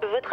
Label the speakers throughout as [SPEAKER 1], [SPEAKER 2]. [SPEAKER 1] Votre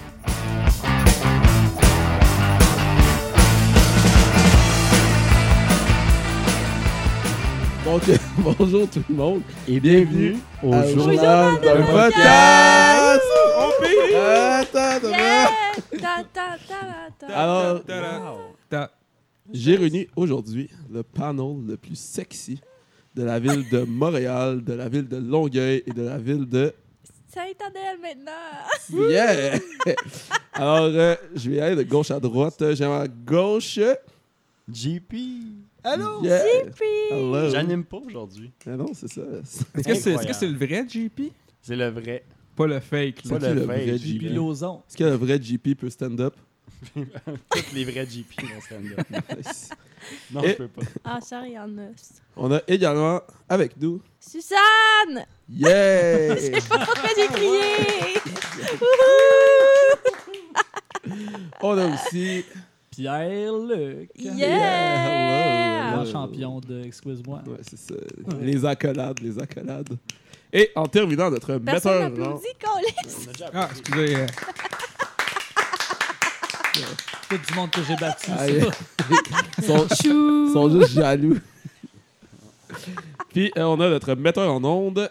[SPEAKER 2] Donc, bonjour tout le monde et bienvenue au journal
[SPEAKER 3] d'un
[SPEAKER 2] d'un
[SPEAKER 3] podcast.
[SPEAKER 2] podcast. On paye. Attends,
[SPEAKER 3] Yeah!
[SPEAKER 2] attends.
[SPEAKER 3] Ta, ta, ta, ta, ta.
[SPEAKER 2] Alors,
[SPEAKER 4] Ta-
[SPEAKER 2] j'ai réuni aujourd'hui le panel le plus sexy de la ville de Montréal, de la ville de Longueuil et de la ville de
[SPEAKER 3] Saint-Adèle maintenant!
[SPEAKER 2] Yeah. Alors, euh, je vais aller de gauche à droite. J'ai ma gauche.
[SPEAKER 5] JP!
[SPEAKER 2] Allô.
[SPEAKER 3] Puis,
[SPEAKER 2] Allô.
[SPEAKER 5] J'anime pas aujourd'hui.
[SPEAKER 2] Ah non, c'est ça.
[SPEAKER 4] Est-ce que c'est est-ce que
[SPEAKER 5] Incroyable.
[SPEAKER 4] c'est le vrai JP?
[SPEAKER 5] C'est le vrai.
[SPEAKER 4] Pas le fake,
[SPEAKER 5] Pas
[SPEAKER 4] là.
[SPEAKER 2] C'est qui
[SPEAKER 5] le
[SPEAKER 2] le
[SPEAKER 5] fake.
[SPEAKER 2] vrai
[SPEAKER 5] JP
[SPEAKER 2] JP?
[SPEAKER 5] Lauzon.
[SPEAKER 2] Est-ce que le vrai JP peut stand up?
[SPEAKER 5] Toutes les vrais JP dans ce stand-up. Non,
[SPEAKER 2] Et-
[SPEAKER 5] je peux pas.
[SPEAKER 3] en chair et en os.
[SPEAKER 2] On a également avec nous.
[SPEAKER 3] Suzanne!
[SPEAKER 2] Yeah!
[SPEAKER 3] Pourquoi j'ai crié?
[SPEAKER 2] On a aussi
[SPEAKER 6] Pierre-Luc,
[SPEAKER 2] Yeah,
[SPEAKER 3] Yeah!
[SPEAKER 2] hello.
[SPEAKER 6] grand champion de Excuse-moi.
[SPEAKER 2] Ouais, c'est ça. Les accolades, les accolades. Et en terminant, notre
[SPEAKER 3] Personne
[SPEAKER 2] metteur en...
[SPEAKER 3] n'applaudit, Colin!
[SPEAKER 5] On a déjà
[SPEAKER 4] Ah, excusez. euh,
[SPEAKER 6] Tout du monde que j'ai battu,
[SPEAKER 2] Aïe.
[SPEAKER 6] ça.
[SPEAKER 2] Ils sont, ils sont juste jaloux. Puis euh, on a notre metteur en onde.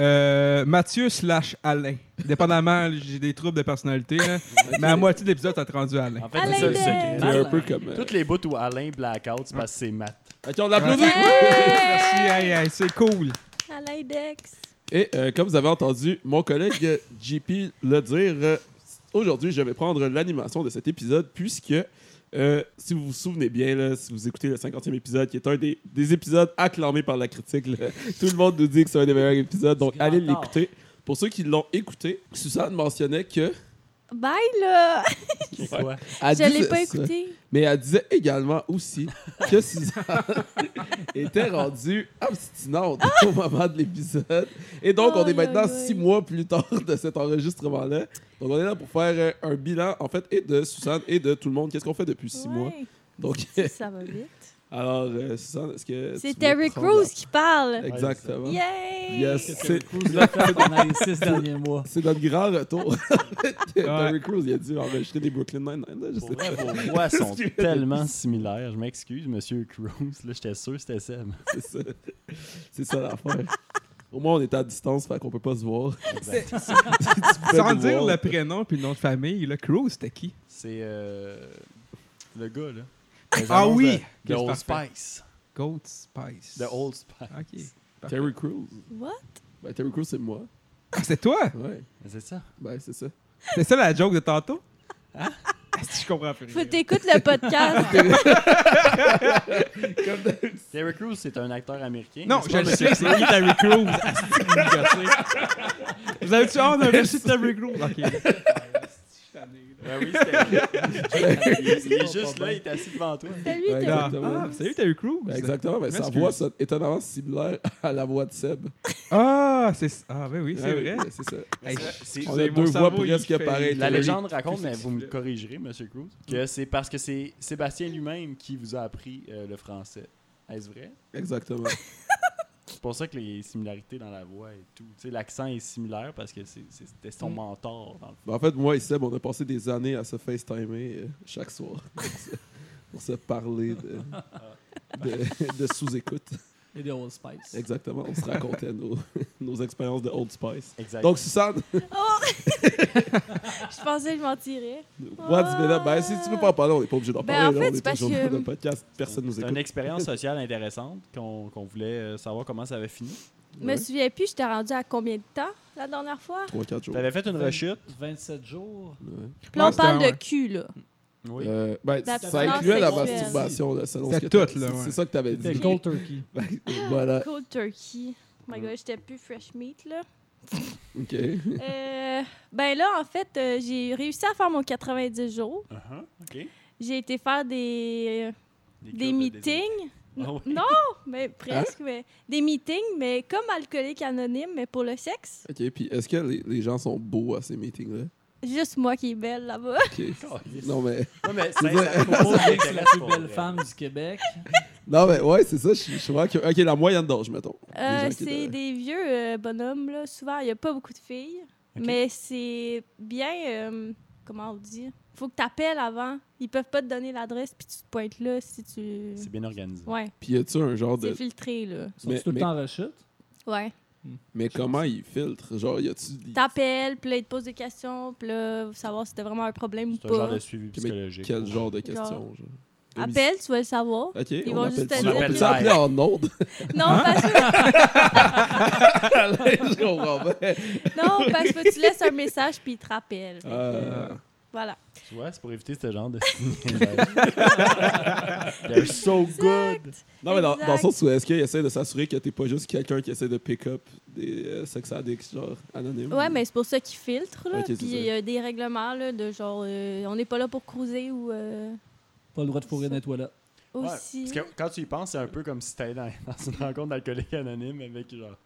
[SPEAKER 4] euh, Mathieu slash Alain. Dépendamment, j'ai des troubles de personnalité, là. mais à moitié de l'épisode, t'as te rendu Alain.
[SPEAKER 5] En fait,
[SPEAKER 3] Alain
[SPEAKER 5] c'est ça le
[SPEAKER 3] Bell.
[SPEAKER 2] C'est
[SPEAKER 5] secret.
[SPEAKER 2] un peu comme. euh,
[SPEAKER 5] Toutes les bouts où Alain blackout, c'est parce que c'est Matt.
[SPEAKER 2] Ok, on l'applaudit.
[SPEAKER 4] Ouais.
[SPEAKER 3] Yeah!
[SPEAKER 4] Merci, aïe, aïe, c'est cool.
[SPEAKER 3] Alain Dex!
[SPEAKER 2] Et euh, comme vous avez entendu mon collègue euh, JP le dire, euh, aujourd'hui, je vais prendre l'animation de cet épisode puisque, euh, si vous vous souvenez bien, là, si vous écoutez le 50e épisode, qui est un des, des épisodes acclamés par la critique, là, tout le monde nous dit que c'est un des meilleurs épisodes, donc
[SPEAKER 6] grand
[SPEAKER 2] allez
[SPEAKER 6] tort.
[SPEAKER 2] l'écouter. Pour ceux qui l'ont écouté, Suzanne mentionnait que...
[SPEAKER 3] Bye là!
[SPEAKER 5] C'est quoi?
[SPEAKER 2] elle
[SPEAKER 3] Je l'ai
[SPEAKER 2] disait
[SPEAKER 3] pas
[SPEAKER 2] ça,
[SPEAKER 3] écouté.
[SPEAKER 2] Mais elle disait également aussi que Suzanne était rendue abstinente au moment de l'épisode. Et donc, on est
[SPEAKER 3] Ah! Aïe,
[SPEAKER 2] maintenant
[SPEAKER 3] aïe, aïe.
[SPEAKER 2] six mois plus tard de cet enregistrement-là. Donc, on est là pour faire euh, un bilan, en fait, et de Suzanne et de tout le monde. Qu'est-ce qu'on fait depuis six
[SPEAKER 3] Ouais.
[SPEAKER 2] mois? Donc,
[SPEAKER 3] Ça va vite.
[SPEAKER 2] alors, euh, Suzanne, est-ce que. tu
[SPEAKER 3] C'est
[SPEAKER 2] voulais
[SPEAKER 3] Terry
[SPEAKER 2] prendre
[SPEAKER 3] Crews
[SPEAKER 2] la-
[SPEAKER 3] qui parle!
[SPEAKER 2] Exactement.
[SPEAKER 3] Yay!
[SPEAKER 2] Yes.
[SPEAKER 6] Qu'est-ce que
[SPEAKER 2] C'est-
[SPEAKER 6] le Cruz l'a fait pendant les six derniers mois.
[SPEAKER 2] C'est notre grand retour. Terry
[SPEAKER 4] Ouais.
[SPEAKER 2] Crews, il a dû enregistrer des Brooklyn Nine-Nine. là, Je
[SPEAKER 5] Pour
[SPEAKER 2] sais
[SPEAKER 5] vrai,
[SPEAKER 2] pas.
[SPEAKER 5] vos voix sont tellement similaires. Je m'excuse, monsieur Cruz. Là, j'étais sûr que c'était Seb.
[SPEAKER 2] C'est ça, C'est ça l'affaire. Au moins, on est à distance, fait qu'on peut pas se voir.
[SPEAKER 5] Exact. Ah,
[SPEAKER 2] Tu peux
[SPEAKER 4] Sans
[SPEAKER 2] nous
[SPEAKER 4] dire
[SPEAKER 2] voir.
[SPEAKER 4] le prénom puis le nom de famille, le Cruz, c'était qui?
[SPEAKER 5] C'est euh, le gars, là. Les
[SPEAKER 4] Ah
[SPEAKER 5] annonces
[SPEAKER 4] oui!
[SPEAKER 5] De, de
[SPEAKER 4] Ok,
[SPEAKER 5] Old
[SPEAKER 4] c'est parfait.
[SPEAKER 5] Spice.
[SPEAKER 4] Gold Spice.
[SPEAKER 5] De Old Spice.
[SPEAKER 4] Ok.
[SPEAKER 2] Terry Crews.
[SPEAKER 3] What?
[SPEAKER 2] Ben, Terry Crews, c'est moi.
[SPEAKER 4] Ah, c'est toi?
[SPEAKER 2] Ouais.
[SPEAKER 5] C'est ça.
[SPEAKER 2] Ben, c'est ça.
[SPEAKER 4] C'est ça la joke de tantôt? Hein? Est-ce que je comprends plus
[SPEAKER 3] Faut
[SPEAKER 4] rien?
[SPEAKER 3] que t'écoutes le podcast!
[SPEAKER 5] Terry Crews, c'est un acteur américain.
[SPEAKER 4] Non,
[SPEAKER 5] n'est-ce
[SPEAKER 4] je
[SPEAKER 5] pas,
[SPEAKER 4] le
[SPEAKER 5] monsieur
[SPEAKER 4] sais, c'est Ah, qui Terry Crews? Asti, vous me gâchez. Vous avez-tu hâte d'un récit de Terry Crews? Ok.
[SPEAKER 5] Ben oui, c'était. il, il est juste là, il est assis devant toi.
[SPEAKER 3] Salut,
[SPEAKER 2] Ouais,
[SPEAKER 3] Terry!
[SPEAKER 2] Exactement.
[SPEAKER 4] Ah, salut Terry Crews!
[SPEAKER 2] Ben, exactement. Ben, sa
[SPEAKER 4] M'excuse.
[SPEAKER 2] voix sonne étonnamment similaire à la voix de Seb.
[SPEAKER 4] Ah, c'est ah ben oui, c'est
[SPEAKER 2] Ouais,
[SPEAKER 4] vrai.
[SPEAKER 2] ouais, C'est ça.
[SPEAKER 4] Hey,
[SPEAKER 5] C'est-
[SPEAKER 2] On a
[SPEAKER 4] c'est- mon
[SPEAKER 2] deux voix
[SPEAKER 4] cerveau, il
[SPEAKER 2] presque
[SPEAKER 4] fait-
[SPEAKER 2] pareilles.
[SPEAKER 5] La
[SPEAKER 2] Terry.
[SPEAKER 5] légende raconte,
[SPEAKER 4] Plus
[SPEAKER 5] mais vous me
[SPEAKER 4] accessible.
[SPEAKER 5] corrigerez, Monsieur Cruz, que c'est parce que c'est Sébastien lui-même qui vous a appris euh, le français. Est-ce vrai?
[SPEAKER 2] Exactement.
[SPEAKER 5] C'est pour ça que les similarités dans la voix et tout. tu sais, L'accent est similaire parce que c'est- c'est- c'était son mentor. Dans le...
[SPEAKER 2] Ben, en fait, moi et Seb, on a passé des années à se FaceTimer euh, chaque soir pour se, pour se parler de, de, de sous-écoute.
[SPEAKER 6] Et des Old Spice.
[SPEAKER 2] Exactement. On se racontait nos, nos expériences de Old Spice.
[SPEAKER 5] Exact.
[SPEAKER 2] Donc, Suzanne,
[SPEAKER 3] Oh! Je pensais que je m'en tirais.
[SPEAKER 2] what's been up? Ben, si tu veux pas en parler, on n'est pas obligé d'en
[SPEAKER 3] Ben,
[SPEAKER 2] parler. là,
[SPEAKER 3] en fait,
[SPEAKER 2] on
[SPEAKER 3] c'est
[SPEAKER 2] est
[SPEAKER 3] parce
[SPEAKER 2] toujours
[SPEAKER 3] que-
[SPEAKER 2] dans le podcast. Personne nous
[SPEAKER 5] c'est
[SPEAKER 2] écoute.
[SPEAKER 5] une expérience sociale intéressante qu'on qu'on voulait euh, savoir comment ça avait fini.
[SPEAKER 3] Je me souviens plus, j'étais rendu à combien de temps la dernière fois?
[SPEAKER 2] 3-4 jours.
[SPEAKER 5] Tu avais fait une rechute.
[SPEAKER 6] 27 jours.
[SPEAKER 2] Ouais.
[SPEAKER 3] Puis là, on
[SPEAKER 4] Ouais,
[SPEAKER 3] parle
[SPEAKER 4] c'était-
[SPEAKER 3] de cul, là.
[SPEAKER 5] Oui.
[SPEAKER 2] Euh, ben,
[SPEAKER 3] La
[SPEAKER 2] ça
[SPEAKER 3] violence
[SPEAKER 2] incluait la
[SPEAKER 3] sexuelle.
[SPEAKER 2] masturbation, là, selon
[SPEAKER 4] C'est
[SPEAKER 2] ce que t'as-
[SPEAKER 4] tout, là,
[SPEAKER 2] c'est-
[SPEAKER 4] ouais.
[SPEAKER 2] C'est ça que t'avais
[SPEAKER 6] C'était
[SPEAKER 2] dit.
[SPEAKER 6] Gold Turkey.
[SPEAKER 2] voilà.
[SPEAKER 3] Cold turkey. Oh my god, j'étais plus fresh meat, là.
[SPEAKER 2] OK.
[SPEAKER 3] Euh, ben là, en fait, euh, j'ai réussi à faire mon 90 jours.
[SPEAKER 5] Uh-huh, OK.
[SPEAKER 3] J'ai été faire des,
[SPEAKER 5] Des
[SPEAKER 3] des
[SPEAKER 5] cures de
[SPEAKER 3] meetings.
[SPEAKER 5] Ah oui.
[SPEAKER 3] Non, mais presque. Mais, des meetings, mais comme alcoolique anonyme, mais pour le sexe.
[SPEAKER 2] OK, puis est-ce que les, les gens sont beaux à ces meetings-là?
[SPEAKER 3] Juste moi qui est belle là-bas.
[SPEAKER 2] OK. non, mais...
[SPEAKER 5] Non, mais
[SPEAKER 2] C'est vrai.
[SPEAKER 5] sincèrement,
[SPEAKER 6] Pour
[SPEAKER 5] ça
[SPEAKER 6] Maurice, la
[SPEAKER 5] m'intéresse
[SPEAKER 6] plus
[SPEAKER 5] pour
[SPEAKER 6] belle
[SPEAKER 5] vrai.
[SPEAKER 6] femme du Québec.
[SPEAKER 2] Non, mais ouais, c'est ça. Je suis je suis vraiment... curieux. OK, la moyenne d'âge, mettons. des
[SPEAKER 3] Euh,
[SPEAKER 2] gens qui
[SPEAKER 3] c'est
[SPEAKER 2] étaient-
[SPEAKER 3] des vieux euh, bonhommes, là. Souvent, il n'y a pas beaucoup de filles.
[SPEAKER 5] Ok.
[SPEAKER 3] Mais c'est bien. euh, comment on dit Faut que tu appelles avant. Ils peuvent pas te donner l'adresse, puis tu te pointes là si tu.
[SPEAKER 5] C'est bien organisé.
[SPEAKER 3] Ouais,
[SPEAKER 2] Puis y a-tu un genre de...
[SPEAKER 3] c'est filtré, là.
[SPEAKER 6] Sont
[SPEAKER 2] Mais-
[SPEAKER 6] tout le
[SPEAKER 2] mais-
[SPEAKER 6] temps en rechute?
[SPEAKER 3] Ouais.
[SPEAKER 2] Mais comment ils filtrent? Genre, y a-tu... des-
[SPEAKER 3] T'appelles, puis là, ils te posent des questions, puis là, faut savoir si c'était vraiment un problème ou
[SPEAKER 5] C'est un genre
[SPEAKER 3] pas.
[SPEAKER 5] de suivi
[SPEAKER 2] mais
[SPEAKER 5] psychologique.
[SPEAKER 2] Quel genre de
[SPEAKER 3] Genre.
[SPEAKER 2] questions? Genre?
[SPEAKER 3] Appelle, tu vas le savoir.
[SPEAKER 2] OK,
[SPEAKER 3] Ils
[SPEAKER 2] on
[SPEAKER 3] vont
[SPEAKER 2] appelle
[SPEAKER 3] juste te
[SPEAKER 2] ça.
[SPEAKER 3] dire-
[SPEAKER 2] On peut ça appeler en onde?
[SPEAKER 3] Non, parce que,
[SPEAKER 2] Je comprends pas.
[SPEAKER 3] non, parce que tu laisses un message, puis ils te rappellent.
[SPEAKER 2] Euh,
[SPEAKER 3] Voilà.
[SPEAKER 5] Tu vois, c'est pour éviter ce genre de They're so good.
[SPEAKER 2] Non, mais dans,
[SPEAKER 3] Exact.
[SPEAKER 2] dans le sens où est-ce qu'il essaie de s'assurer que t'es pas juste quelqu'un qui essaie de pick-up des euh, sex addicts, genre, anonymes?
[SPEAKER 3] Ouais, mais c'est pour ça qu'ils filtrent, là.
[SPEAKER 2] Ok, c'est
[SPEAKER 3] puis il y a des règlements, là, de genre, euh, on n'est pas là pour cruiser ou euh,
[SPEAKER 6] Pas le droit de fourrer dans les toilettes.
[SPEAKER 5] Ouais,
[SPEAKER 3] aussi.
[SPEAKER 5] Parce que quand tu y penses, c'est un peu comme si t'allais dans, dans une rencontre d'alcoolique anonyme avec genre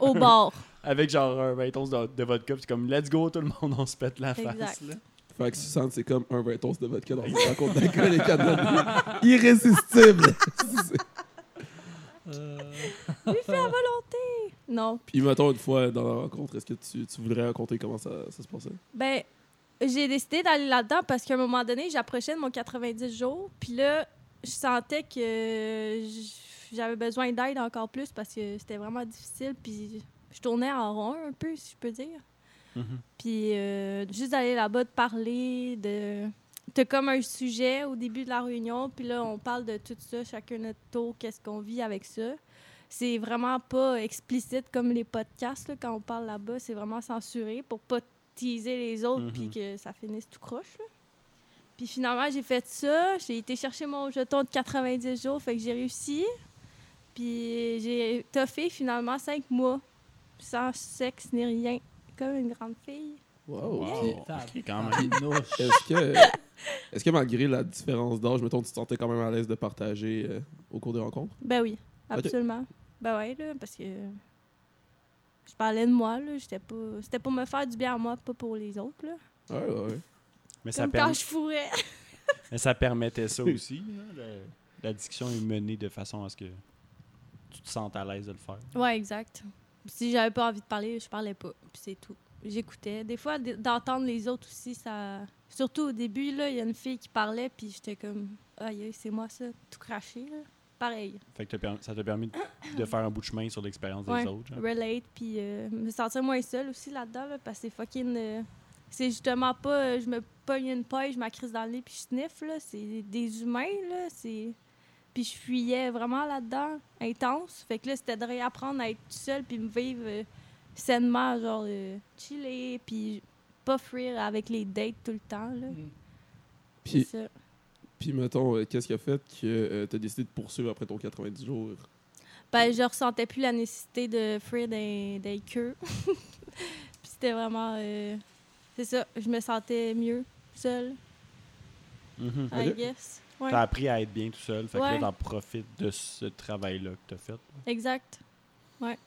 [SPEAKER 3] Au bord.
[SPEAKER 5] avec genre un 20 onces de, de vodka, puis c'est comme let's go tout le monde, on se pète la face.
[SPEAKER 3] Exact.
[SPEAKER 5] Là.
[SPEAKER 2] Fait que Suzanne, c'est comme un 20 onces de vodka dans une rencontre d'alcoolique anonyme. Irrésistible!
[SPEAKER 6] Euh,
[SPEAKER 3] Non.
[SPEAKER 2] Puis mettons, une fois dans la rencontre, est-ce que tu, tu voudrais raconter comment ça, ça se passait?
[SPEAKER 3] Ben, j'ai décidé d'aller là-dedans parce qu'à un moment donné, j'approchais de mon 90 jours. Puis là, je sentais que j- j'avais besoin d'aide encore plus parce que c'était vraiment difficile. Puis je tournais en rond un peu, si je peux dire. Puis euh, juste d'aller là-bas, de parler, de. T'as comme un sujet au début de la réunion, puis là, on parle de tout ça, chacun notre tour, qu'est-ce qu'on vit avec ça. C'est vraiment pas explicite comme les podcasts, là, quand on parle là-bas. C'est vraiment censuré pour pas teaser les autres
[SPEAKER 5] Mhm.
[SPEAKER 3] puis que ça finisse tout croche. là. Puis finalement, j'ai fait ça. J'ai été chercher mon jeton de 90 jours, fait que j'ai réussi. Puis j'ai toffé finalement cinq mois sans sexe ni rien, comme une grande fille.
[SPEAKER 2] Wow!
[SPEAKER 5] Wow.
[SPEAKER 6] Table.
[SPEAKER 5] Ok, quand même.
[SPEAKER 6] Nouche.
[SPEAKER 2] Puis Est-ce que, est que malgré la différence d'âge, mettons, tu te sentais quand même à l'aise de partager euh, au cours des rencontres?
[SPEAKER 3] Ben oui,
[SPEAKER 2] Ok.
[SPEAKER 3] absolument. Ben ouais, là, parce que je parlais de moi, là. J'étais pas... C'était pour me faire du bien à moi, pas pour les autres, là.
[SPEAKER 2] Ouais, ouais, ouais.
[SPEAKER 5] Mais, ça
[SPEAKER 3] Comme
[SPEAKER 5] permet-
[SPEAKER 3] quand je fourrais.
[SPEAKER 5] mais ça permettait ça aussi. là, le- la discussion est menée de façon à ce que tu te sentes à l'aise de le faire.
[SPEAKER 3] Ouais, exact. Si j'avais pas envie de parler, je parlais pas. Puis c'est tout. J'écoutais. Des fois, d- d'entendre les autres aussi, ça. Surtout au début, là, il y a une fille qui parlait, puis j'étais comme. Aïe, aïe, c'est moi ça, tout craché, là. Pareil.
[SPEAKER 5] Fait que t'as per- ça t'a permis de- de faire un bout de chemin sur l'expérience des
[SPEAKER 3] Ouais.
[SPEAKER 5] autres. genre.
[SPEAKER 3] relate puis euh, me sentir moins seule aussi là-dedans là, parce que c'est fucking euh, c'est justement pas euh, je me pogne une paille, je m'accrise dans le nez puis je sniffe là, c'est des humains là, c'est puis je fuyais vraiment là-dedans, intense, fait que là c'était de réapprendre à être toute seule puis me vivre euh, sainement genre euh, chiller puis pas fuir avec les dates tout le temps là.
[SPEAKER 2] Puis,
[SPEAKER 3] C'est ça.
[SPEAKER 2] puis mettons, euh, qu'est-ce qui a fait que euh, t'as décidé de poursuivre après ton 90 jours?
[SPEAKER 3] Ben, je ressentais plus la nécessité de fuir des, des queues. Puis c'était vraiment. euh, c'est ça, je me sentais mieux seule,
[SPEAKER 5] Mhm.
[SPEAKER 3] I
[SPEAKER 2] Ok.
[SPEAKER 3] guess. Ouais,
[SPEAKER 5] T'as appris à être bien tout seul. Fait que là,
[SPEAKER 3] Ouais.
[SPEAKER 5] t'en profites de ce travail-là que t'as fait.
[SPEAKER 3] exact. Ouais.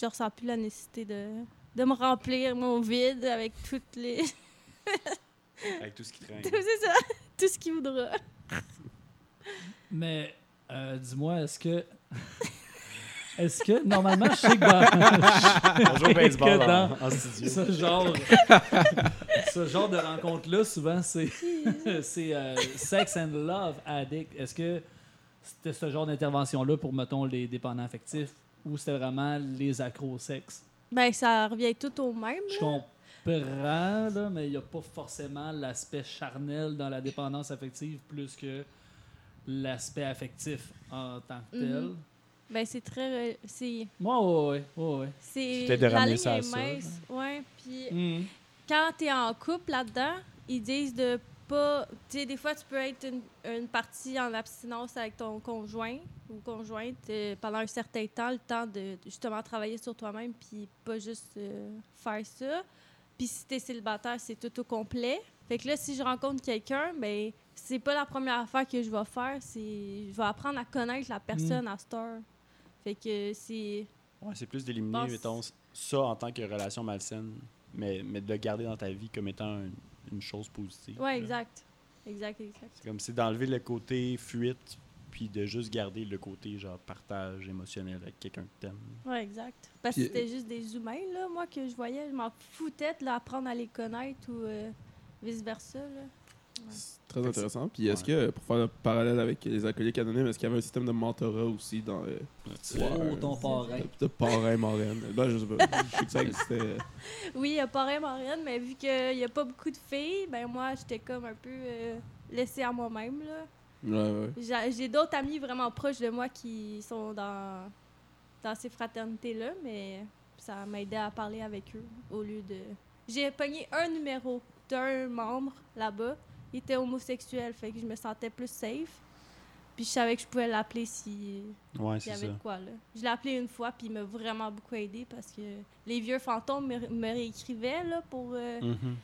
[SPEAKER 3] Je ressens plus la nécessité de, de me remplir mon vide avec toutes les.
[SPEAKER 5] Avec tout ce qui traîne.
[SPEAKER 3] c'est ça, tout ce qu'il voudra.
[SPEAKER 6] Mais euh, dis-moi, est-ce que. Est-ce que normalement, je sais que dans
[SPEAKER 5] On joue au baseball hein.
[SPEAKER 6] Que
[SPEAKER 5] en,
[SPEAKER 6] dans-
[SPEAKER 5] en studio.
[SPEAKER 6] ce genre, ce genre de rencontre-là, souvent, c'est c'est, euh, sex and love addict. Est-ce que c'était ce genre d'intervention-là pour, mettons, les dépendants affectifs ou c'était vraiment les accros au sexe?
[SPEAKER 3] Ben, ça revient tout au même.
[SPEAKER 6] Je comprends, là, mais il n'y a pas forcément l'aspect charnel dans la dépendance affective plus que l'aspect affectif en tant que tel.
[SPEAKER 3] Mhm. Ben, c'est très. euh, C'est.
[SPEAKER 6] Moi, ouais, ouais, ouais, ouais.
[SPEAKER 3] C'est.
[SPEAKER 5] C'était de
[SPEAKER 3] La
[SPEAKER 5] ramener
[SPEAKER 3] ligne
[SPEAKER 5] ça à
[SPEAKER 3] est
[SPEAKER 5] ça.
[SPEAKER 3] mince. Ouais, puis.
[SPEAKER 6] Mhm.
[SPEAKER 3] quand tu es en couple là-dedans, ils disent de pas. Tu sais, des fois, tu peux être une, une partie en abstinence avec ton conjoint ou conjointe euh, pendant un certain temps, le temps de justement travailler sur toi-même puis pas juste euh, faire ça. Puis si tu es célibataire, c'est tout au complet. Fait que là, si je rencontre quelqu'un, ben c'est pas la première affaire que je vais faire, c'est je vais apprendre à connaître la personne à cette heure. Fait que c'est
[SPEAKER 5] Ouais, c'est plus d'éliminer,
[SPEAKER 3] Pense-
[SPEAKER 5] mettons, ça en tant que relation malsaine, mais, mais de le garder dans ta vie comme étant un- une chose positive. là.
[SPEAKER 3] ouais, exact. Exact, exact.
[SPEAKER 5] C'est comme c'est d'enlever le côté fuite, puis de juste garder le côté genre partage émotionnel avec quelqu'un que t'aimes.
[SPEAKER 3] Ouais, exact. Parce que
[SPEAKER 7] Puis-
[SPEAKER 3] c'était juste des humains là, moi que je voyais, je m'en foutais de leur apprendre à les connaître ou euh, vice-versa là.
[SPEAKER 2] C'est très intéressant. Puis est-ce que, pour faire le parallèle avec les alcooliques anonymes, est-ce qu'il y avait un système de mentorat aussi dans euh,
[SPEAKER 6] Oh, ton parrain.
[SPEAKER 2] de, de parrain marraine Là, je sais pas. Je sais que ça existait.
[SPEAKER 3] Oui, il y a parrain marraine, mais vu qu'il n'y a pas beaucoup de filles, ben moi, j'étais comme un peu euh, laissée à moi-même. là.
[SPEAKER 2] Ouais, ouais.
[SPEAKER 3] J'a- J'ai d'autres amis vraiment proches de moi qui sont dans, dans ces fraternités-là, mais ça m'aidait à parler avec eux au lieu de... J'ai pogné un numéro d'un membre là-bas. Il était homosexuel, fait que je me sentais plus safe. Puis je savais que je pouvais l'appeler si
[SPEAKER 5] Ouais,
[SPEAKER 3] il y
[SPEAKER 5] c'est
[SPEAKER 3] avait
[SPEAKER 5] ça.
[SPEAKER 3] de quoi, là. Je l'ai appelé une fois, puis il m'a vraiment beaucoup aidé parce que les vieux fantômes me, me réécrivaient, là, pour, euh,
[SPEAKER 5] Mhm.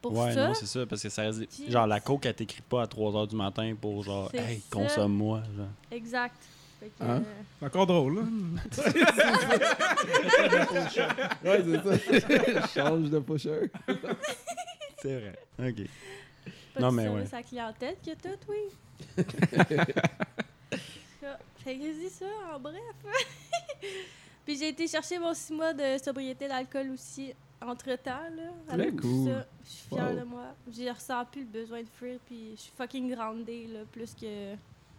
[SPEAKER 3] pour
[SPEAKER 5] ouais,
[SPEAKER 3] ça.
[SPEAKER 5] non, c'est ça, parce que ça reste.
[SPEAKER 3] Puis-
[SPEAKER 5] Genre, la coke, elle t'écrit pas à 3 h du matin pour genre,
[SPEAKER 3] C'est
[SPEAKER 5] hey,
[SPEAKER 3] ça.
[SPEAKER 5] consomme-moi. genre.
[SPEAKER 3] Exact. Fait que,
[SPEAKER 2] Hein?
[SPEAKER 3] euh,
[SPEAKER 4] C'est encore drôle, là.
[SPEAKER 2] Ouais, c'est ça. Change de pusher.
[SPEAKER 5] C'est vrai. OK.
[SPEAKER 3] pas
[SPEAKER 5] Non,
[SPEAKER 3] du
[SPEAKER 5] mais
[SPEAKER 3] service à clientèle que tout, oui. Ça. fait que je dis ça, en bref. puis j'ai été chercher mon six mois de sobriété d'alcool aussi, entre-temps, là.
[SPEAKER 7] Très
[SPEAKER 3] avec tout
[SPEAKER 7] cool.
[SPEAKER 3] ça. Je suis fière
[SPEAKER 7] Wow.
[SPEAKER 3] de moi. J'ai ressens plus le besoin de fuir, puis je suis fucking grandée, là, plus que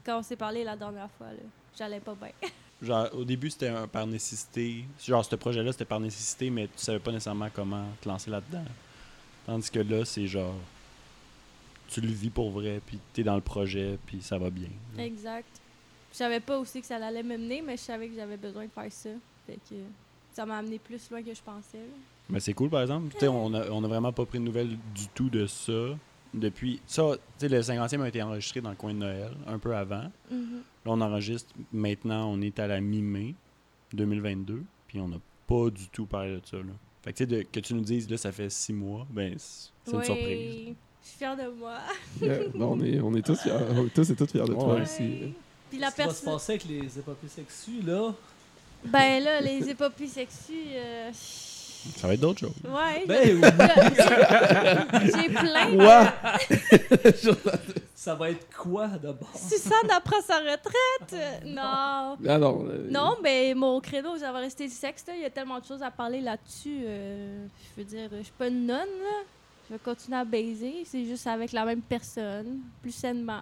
[SPEAKER 3] quand on s'est parlé la dernière fois, là. J'allais pas bien.
[SPEAKER 5] Genre, au début, c'était un- par nécessité. Genre, ce projet-là, c'était par nécessité, mais tu savais pas nécessairement comment te lancer là-dedans. Tandis que là, c'est genre. Tu le vis pour vrai, puis t'es dans le projet, puis ça va bien.
[SPEAKER 7] Mm.
[SPEAKER 3] Exact. Je savais pas aussi que ça allait me mener, mais je savais que j'avais besoin de faire ça. Fait que ça m'a amené plus loin que je pensais. là.
[SPEAKER 5] Mais c'est cool, par exemple. Tu sais, on a, on a vraiment pas pris de nouvelles du tout de ça. Depuis. Ça, tu sais, le 50e a été enregistré dans le coin de Noël, un peu avant. Là, on enregistre maintenant, on est à la mi-mai 2022, puis on n'a pas du tout parlé de ça. Là. Fait que, tu sais, de- que tu nous dises, là, ça fait six mois, ben, c'est c'est une
[SPEAKER 3] Ouais.
[SPEAKER 5] surprise.
[SPEAKER 3] Je suis fière de moi.
[SPEAKER 2] Yeah, ben, on, est, on est tous fiers, on est tous et toutes fiers de toi
[SPEAKER 5] Ouais.
[SPEAKER 2] aussi.
[SPEAKER 3] Puis la
[SPEAKER 6] Qu'est-ce qui va se
[SPEAKER 3] personne.
[SPEAKER 6] passer avec les épopées sexues, là?
[SPEAKER 3] Ben là, les épopées sexues. euh,
[SPEAKER 5] Ça va être d'autres choses.
[SPEAKER 3] Ouais.
[SPEAKER 6] Ben oui,
[SPEAKER 3] je- J'ai plein. de-
[SPEAKER 6] ça va être quoi d'abord?
[SPEAKER 3] Suzanne apprend sa retraite. Euh, Non.
[SPEAKER 2] Ah non. euh,
[SPEAKER 3] Non, mais mon credo, ça va rester le sexe. là. Il y a tellement de choses à parler là-dessus. euh, je veux dire, je suis pas une nonne. Là. Je vais continuer à baiser. C'est juste avec la même personne, plus sainement.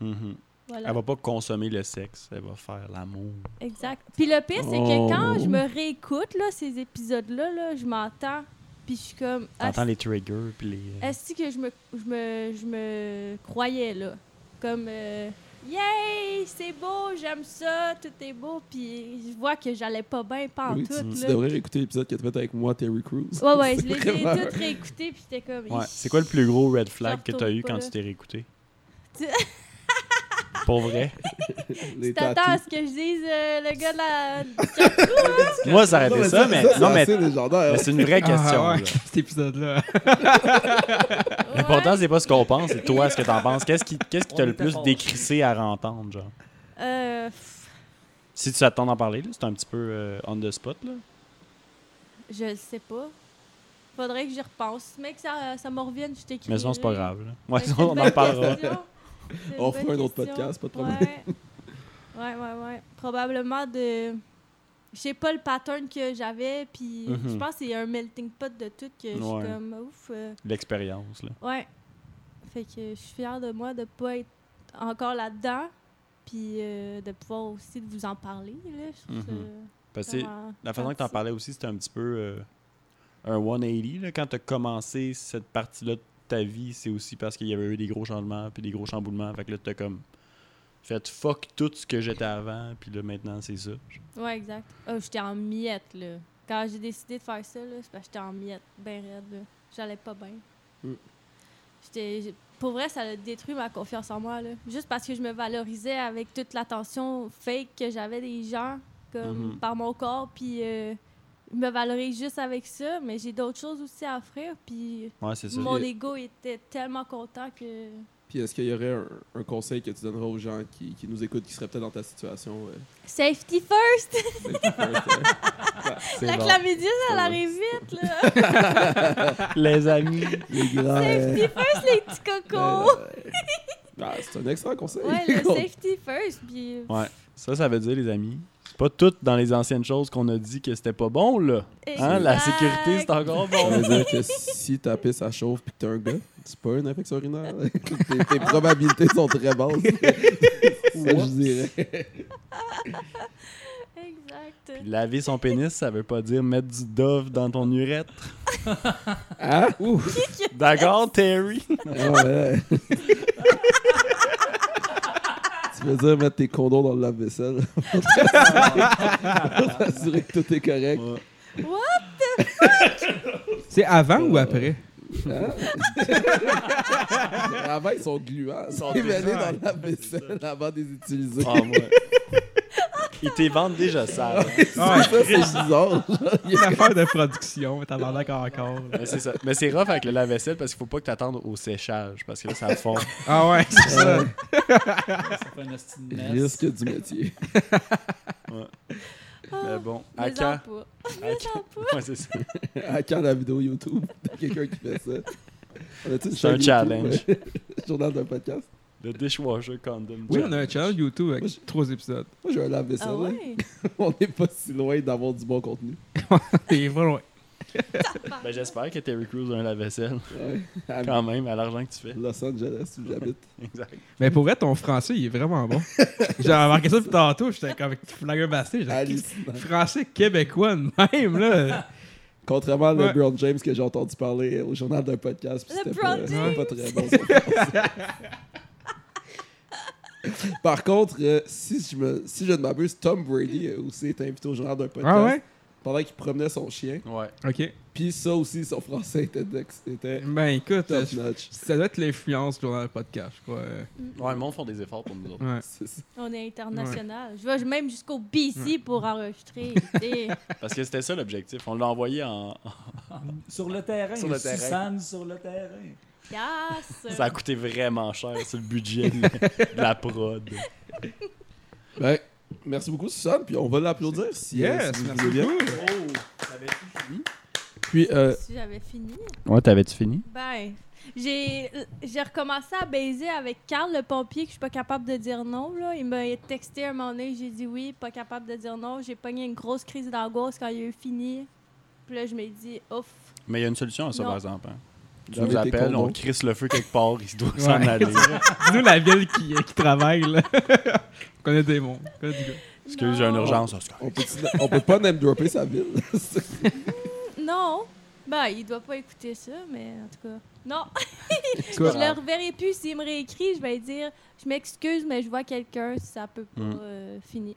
[SPEAKER 5] Mhm.
[SPEAKER 3] Voilà.
[SPEAKER 5] Elle va pas consommer le sexe, elle va faire l'amour.
[SPEAKER 3] Exact. Puis le pire, c'est
[SPEAKER 2] Oh.
[SPEAKER 3] que quand je me réécoute, là, ces épisodes-là, là, je m'entends. Puis je suis comme.
[SPEAKER 5] T'entends les triggers, puis les... euh,
[SPEAKER 3] Est-ce que je me, je me, je me croyais, là? Comme, euh, yay, c'est beau, j'aime ça, tout est beau, puis je vois que j'allais pas bien, pas en
[SPEAKER 2] Oui,
[SPEAKER 3] tout,
[SPEAKER 2] tu, tu
[SPEAKER 3] là.
[SPEAKER 2] devrais écouter l'épisode que tu fait avec moi, Terry Crews.
[SPEAKER 3] Ouais, ouais, je l'ai
[SPEAKER 2] C'est
[SPEAKER 3] j'ai
[SPEAKER 2] vraiment-
[SPEAKER 3] tout réécouté, puis j'étais comme...
[SPEAKER 5] Ouais. C'est quoi le plus gros red flag
[SPEAKER 3] Je
[SPEAKER 5] que
[SPEAKER 3] retourne
[SPEAKER 5] t'as eu
[SPEAKER 3] pas
[SPEAKER 5] quand
[SPEAKER 3] là.
[SPEAKER 5] tu t'es réécouté?
[SPEAKER 3] Tu-
[SPEAKER 5] Pour vrai?
[SPEAKER 3] Tu
[SPEAKER 2] Les
[SPEAKER 3] t'attends à
[SPEAKER 2] tatous.
[SPEAKER 3] ce que je dise euh, le gars de la... hein?
[SPEAKER 5] Moi, ça aurait été ça, mais... Non, mais,
[SPEAKER 2] C'est légendaire.
[SPEAKER 5] mais c'est une vraie question.
[SPEAKER 4] Ah, ouais,
[SPEAKER 5] là.
[SPEAKER 4] cet épisode-là.
[SPEAKER 5] L'important,
[SPEAKER 3] Ouais.
[SPEAKER 5] c'est pas ce qu'on pense, c'est toi, ce que t'en penses. Qu'est-ce qui qu'est-ce qui t'a
[SPEAKER 6] On
[SPEAKER 5] le
[SPEAKER 6] était
[SPEAKER 5] plus
[SPEAKER 6] fâchés.
[SPEAKER 5] décrissé à entendre, genre?
[SPEAKER 3] Euh, pff,
[SPEAKER 5] Si tu t'attends d'en parler, là, c'est un petit peu euh, on the spot. Là.
[SPEAKER 3] je le sais pas. Faudrait que j'y repense. Mais que ça, ça me revienne, je t'écris.
[SPEAKER 5] Mais sinon, c'est pas
[SPEAKER 3] là.
[SPEAKER 5] grave. Là.
[SPEAKER 3] Mais
[SPEAKER 5] Ouais,
[SPEAKER 3] c'est
[SPEAKER 5] sinon,
[SPEAKER 3] une
[SPEAKER 5] on en
[SPEAKER 3] bonne
[SPEAKER 5] parlera.
[SPEAKER 3] question. C'est une
[SPEAKER 2] On fera
[SPEAKER 3] bonne
[SPEAKER 2] un autre
[SPEAKER 3] question.
[SPEAKER 2] podcast, pas de problème.
[SPEAKER 3] Ouais, ouais, ouais. ouais. Probablement de. Je sais pas le pattern que j'avais, puis
[SPEAKER 5] Mhm.
[SPEAKER 3] je pense que c'est un melting pot de tout que je suis
[SPEAKER 5] Ouais.
[SPEAKER 3] comme ouf. euh,
[SPEAKER 5] L'expérience. Là.
[SPEAKER 3] ouais. Fait que je suis fière de moi de pas être encore là-dedans, puis euh, de pouvoir aussi de vous en parler. Là, je trouve ça
[SPEAKER 5] Mhm. Parce que
[SPEAKER 3] vraiment
[SPEAKER 5] la façon que t'en
[SPEAKER 3] gentil.
[SPEAKER 5] parlais aussi, c'était un petit peu euh, un 180. Là. Quand t'as commencé cette partie-là de ta vie, c'est aussi parce qu'il y avait eu des gros changements puis des gros chamboulements. Fait que là, t'as comme fait fuck tout ce que j'étais avant, puis là, maintenant, c'est ça.
[SPEAKER 3] Ouais, exact. Oh, j'étais en miettes, là. Quand j'ai décidé de faire ça, là, c'est parce que j'étais en miettes, ben raide, là. J'allais pas bien.
[SPEAKER 2] Mm.
[SPEAKER 3] J'étais... j'ai- Pour vrai, ça a détruit ma confiance en moi, là. Juste parce que je me valorisais avec toute l'attention fake que j'avais des gens, comme
[SPEAKER 5] Mhm.
[SPEAKER 3] par mon corps, puis euh, me valorise juste avec ça, mais j'ai d'autres choses aussi à offrir. Puis
[SPEAKER 5] Ouais, c'est ça.
[SPEAKER 3] mon
[SPEAKER 2] Et-
[SPEAKER 3] ego était tellement content que.
[SPEAKER 2] Puis est-ce qu'il y aurait un, un conseil que tu donneras aux gens qui, qui nous écoutent, qui seraient peut-être dans ta situation? euh,
[SPEAKER 3] Safety first!
[SPEAKER 5] C'est
[SPEAKER 3] La
[SPEAKER 5] bon.
[SPEAKER 3] chlamydia, elle
[SPEAKER 2] Ouais.
[SPEAKER 3] arrive vite, là!
[SPEAKER 5] Les amis, les grands.
[SPEAKER 3] safety first, les petits cocos!
[SPEAKER 2] euh, ah, c'est un excellent conseil.
[SPEAKER 3] Ouais, le safety first, puis.
[SPEAKER 5] Ouais. Ça, ça veut dire, les amis, c'est pas tout dans les anciennes choses qu'on a dit que c'était pas bon, là. Hein? La
[SPEAKER 3] Exact.
[SPEAKER 5] sécurité, c'est encore
[SPEAKER 2] Ça
[SPEAKER 5] bon.
[SPEAKER 2] veut dire que si ta pisse ça chauffe puis que t'es un gars, c'est pas une infection urinaire. tes, tes probabilités sont très basses. ça, je dirais.
[SPEAKER 3] Exact.
[SPEAKER 5] Puis Laver son pénis, ça veut pas dire mettre du dove dans ton urètre.
[SPEAKER 2] Hein? Ouh!
[SPEAKER 5] D'accord, Terry?
[SPEAKER 2] Ah ouais. tu veux dire mettre tes condoms dans le lave-vaisselle pour t'assurer que tout est correct.
[SPEAKER 3] What?
[SPEAKER 4] C'est avant ou après?
[SPEAKER 2] Avant, ils sont gluants. Ils sont
[SPEAKER 5] Ils
[SPEAKER 2] mêlés
[SPEAKER 5] mêlés
[SPEAKER 2] dans
[SPEAKER 5] dans
[SPEAKER 2] le lave-vaisselle avant de les utiliser.
[SPEAKER 5] Ah, moi. Ils t'y vendent déjà ça. là.
[SPEAKER 4] Ah, Ouais,
[SPEAKER 2] Ça, c'est bizarre.
[SPEAKER 4] il y a une affaire de production, t'as l'air d'accord encore. là.
[SPEAKER 5] Mais c'est ça. Mais c'est rough avec le lave-vaisselle parce qu'il faut pas que t'attendes au séchage parce que là, ça fond.
[SPEAKER 4] Ah ouais, c'est ça.
[SPEAKER 6] Ça fait un hostie de mess.
[SPEAKER 2] Risque du métier.
[SPEAKER 5] Mais Euh, bon, à
[SPEAKER 3] Mais en
[SPEAKER 5] quand?
[SPEAKER 3] pas.
[SPEAKER 5] À
[SPEAKER 3] en pas.
[SPEAKER 5] Ouais, c'est ça.
[SPEAKER 2] À quand la vidéo YouTube? T'as quelqu'un qui fait ça? On a-tu une
[SPEAKER 5] C'est un
[SPEAKER 2] chaîne
[SPEAKER 5] challenge.
[SPEAKER 2] YouTube? Journal d'un podcast.
[SPEAKER 5] Le dishwasher condom.
[SPEAKER 4] Oui, on a un channel YouTube avec trois épisodes.
[SPEAKER 2] Moi, j'ai un lave-vaisselle.
[SPEAKER 3] Ah
[SPEAKER 2] hein.
[SPEAKER 3] ouais?
[SPEAKER 2] On n'est pas si loin d'avoir du bon contenu.
[SPEAKER 4] T'es pas loin.
[SPEAKER 5] Ben, j'espère que Terry Crews a un lave-vaisselle
[SPEAKER 2] Ouais. À
[SPEAKER 5] quand même à l'argent que tu fais.
[SPEAKER 2] Los Angeles, où j'habite.
[SPEAKER 5] Exact.
[SPEAKER 4] Mais pour vrai, ton français, il est vraiment bon. J'ai remarqué ça plus tantôt, j'étais comme avec Flagger Bastille. j'étais
[SPEAKER 2] Hallucinant.
[SPEAKER 4] français québécois de même, là.
[SPEAKER 2] Contrairement à
[SPEAKER 4] Ouais.
[SPEAKER 2] LeBron James que j'ai entendu parler au journal d'un podcast, puis c'était pas,
[SPEAKER 3] LeBron
[SPEAKER 2] c'était pas très bon. son français. Par contre, euh, si, je me, si je ne m'abuse, Tom Brady euh, aussi est invité au journal d'un podcast
[SPEAKER 4] Ah ouais?
[SPEAKER 2] pendant qu'il promenait son chien.
[SPEAKER 5] Ouais.
[SPEAKER 4] Ok.
[SPEAKER 2] Puis ça aussi, son français était, dex- était
[SPEAKER 4] Ben écoute,
[SPEAKER 2] top
[SPEAKER 4] je-
[SPEAKER 2] notch.
[SPEAKER 4] ça doit être l'influence du journal podcast, je crois. euh.
[SPEAKER 5] Ouais, le monde font des efforts pour nous autres.
[SPEAKER 4] Ouais.
[SPEAKER 2] C'est ça.
[SPEAKER 3] On est international. Je vais même jusqu'au BC pour enregistrer. t'sais.
[SPEAKER 5] Parce que c'était ça l'objectif. On l'a envoyé en.
[SPEAKER 6] Sur le terrain.
[SPEAKER 5] Sur le terrain.
[SPEAKER 6] Suzanne sur le terrain.
[SPEAKER 3] yes!
[SPEAKER 5] Ça a coûté vraiment cher, c'est le budget de de la prod.
[SPEAKER 2] Ben, merci beaucoup, Suzanne, puis on va l'applaudir si, euh,
[SPEAKER 4] Yes,
[SPEAKER 2] si vous
[SPEAKER 4] merci
[SPEAKER 2] voulez bien.
[SPEAKER 4] beaucoup.
[SPEAKER 6] Oh.
[SPEAKER 2] Puis, euh,
[SPEAKER 3] Si j'avais fini.
[SPEAKER 5] Ouais, t'avais-tu fini?
[SPEAKER 3] Ben, j'ai j'ai recommencé à baiser avec Carl, le pompier, que je suis pas capable de dire non. Là. Il m'a texté un moment donné, j'ai dit oui, pas capable de dire non. J'ai pogné une grosse crise d'angoisse quand il a eu fini. Puis là, je me dis, ouf.
[SPEAKER 5] Mais il y a une solution à ça,
[SPEAKER 3] Non.
[SPEAKER 5] par exemple. hein. Tu
[SPEAKER 2] Laver
[SPEAKER 5] nous
[SPEAKER 2] tes
[SPEAKER 5] appelles,
[SPEAKER 2] condoms.
[SPEAKER 5] on crisse le feu quelque part, il doit s'en
[SPEAKER 4] Ouais.
[SPEAKER 5] aller.
[SPEAKER 4] Dis-nous la ville qui, qui travaille, là. on connaît des mondes. on connaît du gars.
[SPEAKER 5] Parce que j'ai une
[SPEAKER 3] Non.
[SPEAKER 5] urgence, Oscar.
[SPEAKER 2] on, peut, on peut pas name dropper sa ville.
[SPEAKER 3] Non. Ben, il doit pas écouter ça, mais en tout cas. Non,
[SPEAKER 4] Quoi?
[SPEAKER 3] je le reverrai plus. S'il me réécrit, je vais dire Je m'excuse, mais je vois quelqu'un, ça peut pas
[SPEAKER 2] Hmm.
[SPEAKER 5] Mm.
[SPEAKER 3] euh, finir.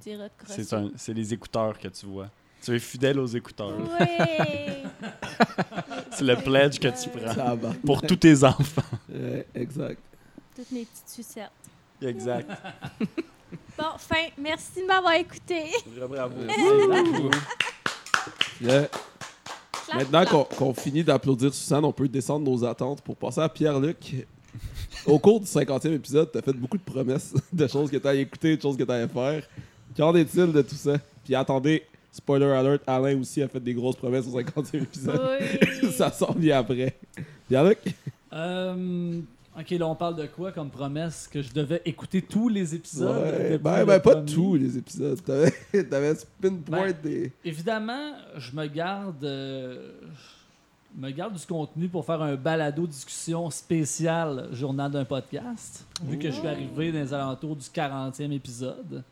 [SPEAKER 3] Dire autre
[SPEAKER 5] C'est un- c'est les écouteurs que tu vois. Tu es fidèle aux écouteurs.
[SPEAKER 3] Ouais!
[SPEAKER 5] C'est le pledge que tu prends
[SPEAKER 2] Ça va.
[SPEAKER 5] pour tous tes enfants.
[SPEAKER 2] Ouais, exact.
[SPEAKER 3] Toutes mes petites sucettes.
[SPEAKER 5] Exact.
[SPEAKER 3] Bon, fin. Merci de m'avoir écouté.
[SPEAKER 5] Bravo.
[SPEAKER 2] Yeah.
[SPEAKER 3] Clap,
[SPEAKER 2] Maintenant
[SPEAKER 3] clap.
[SPEAKER 2] qu'on qu'on finit d'applaudir Suzanne, on peut descendre nos attentes pour passer à Pierre-Luc. Au cours du 50e épisode, t'as fait beaucoup de promesses, de choses que t'allais écouter, de choses que t'allais faire. Qu'en est-il de tout ça? Puis attendez, spoiler alert, Alain aussi a fait des grosses promesses au 50e épisode.
[SPEAKER 3] Oui.
[SPEAKER 2] ça sort bien après. Pierre-Luc?
[SPEAKER 6] Euh, ok, là, on parle de quoi comme promesse que je devais écouter tous les épisodes?
[SPEAKER 2] Ouais,
[SPEAKER 6] depuis
[SPEAKER 2] ben,
[SPEAKER 6] le
[SPEAKER 2] ben, pas
[SPEAKER 6] premier?
[SPEAKER 2] tous les épisodes. T'avais t'avais spin point
[SPEAKER 6] Ben,
[SPEAKER 2] des...
[SPEAKER 6] Évidemment, je me garde. euh, je me garde du contenu pour faire un balado discussion spécial journal d'un podcast, vu que je suis arrivé dans les alentours du 40e épisode.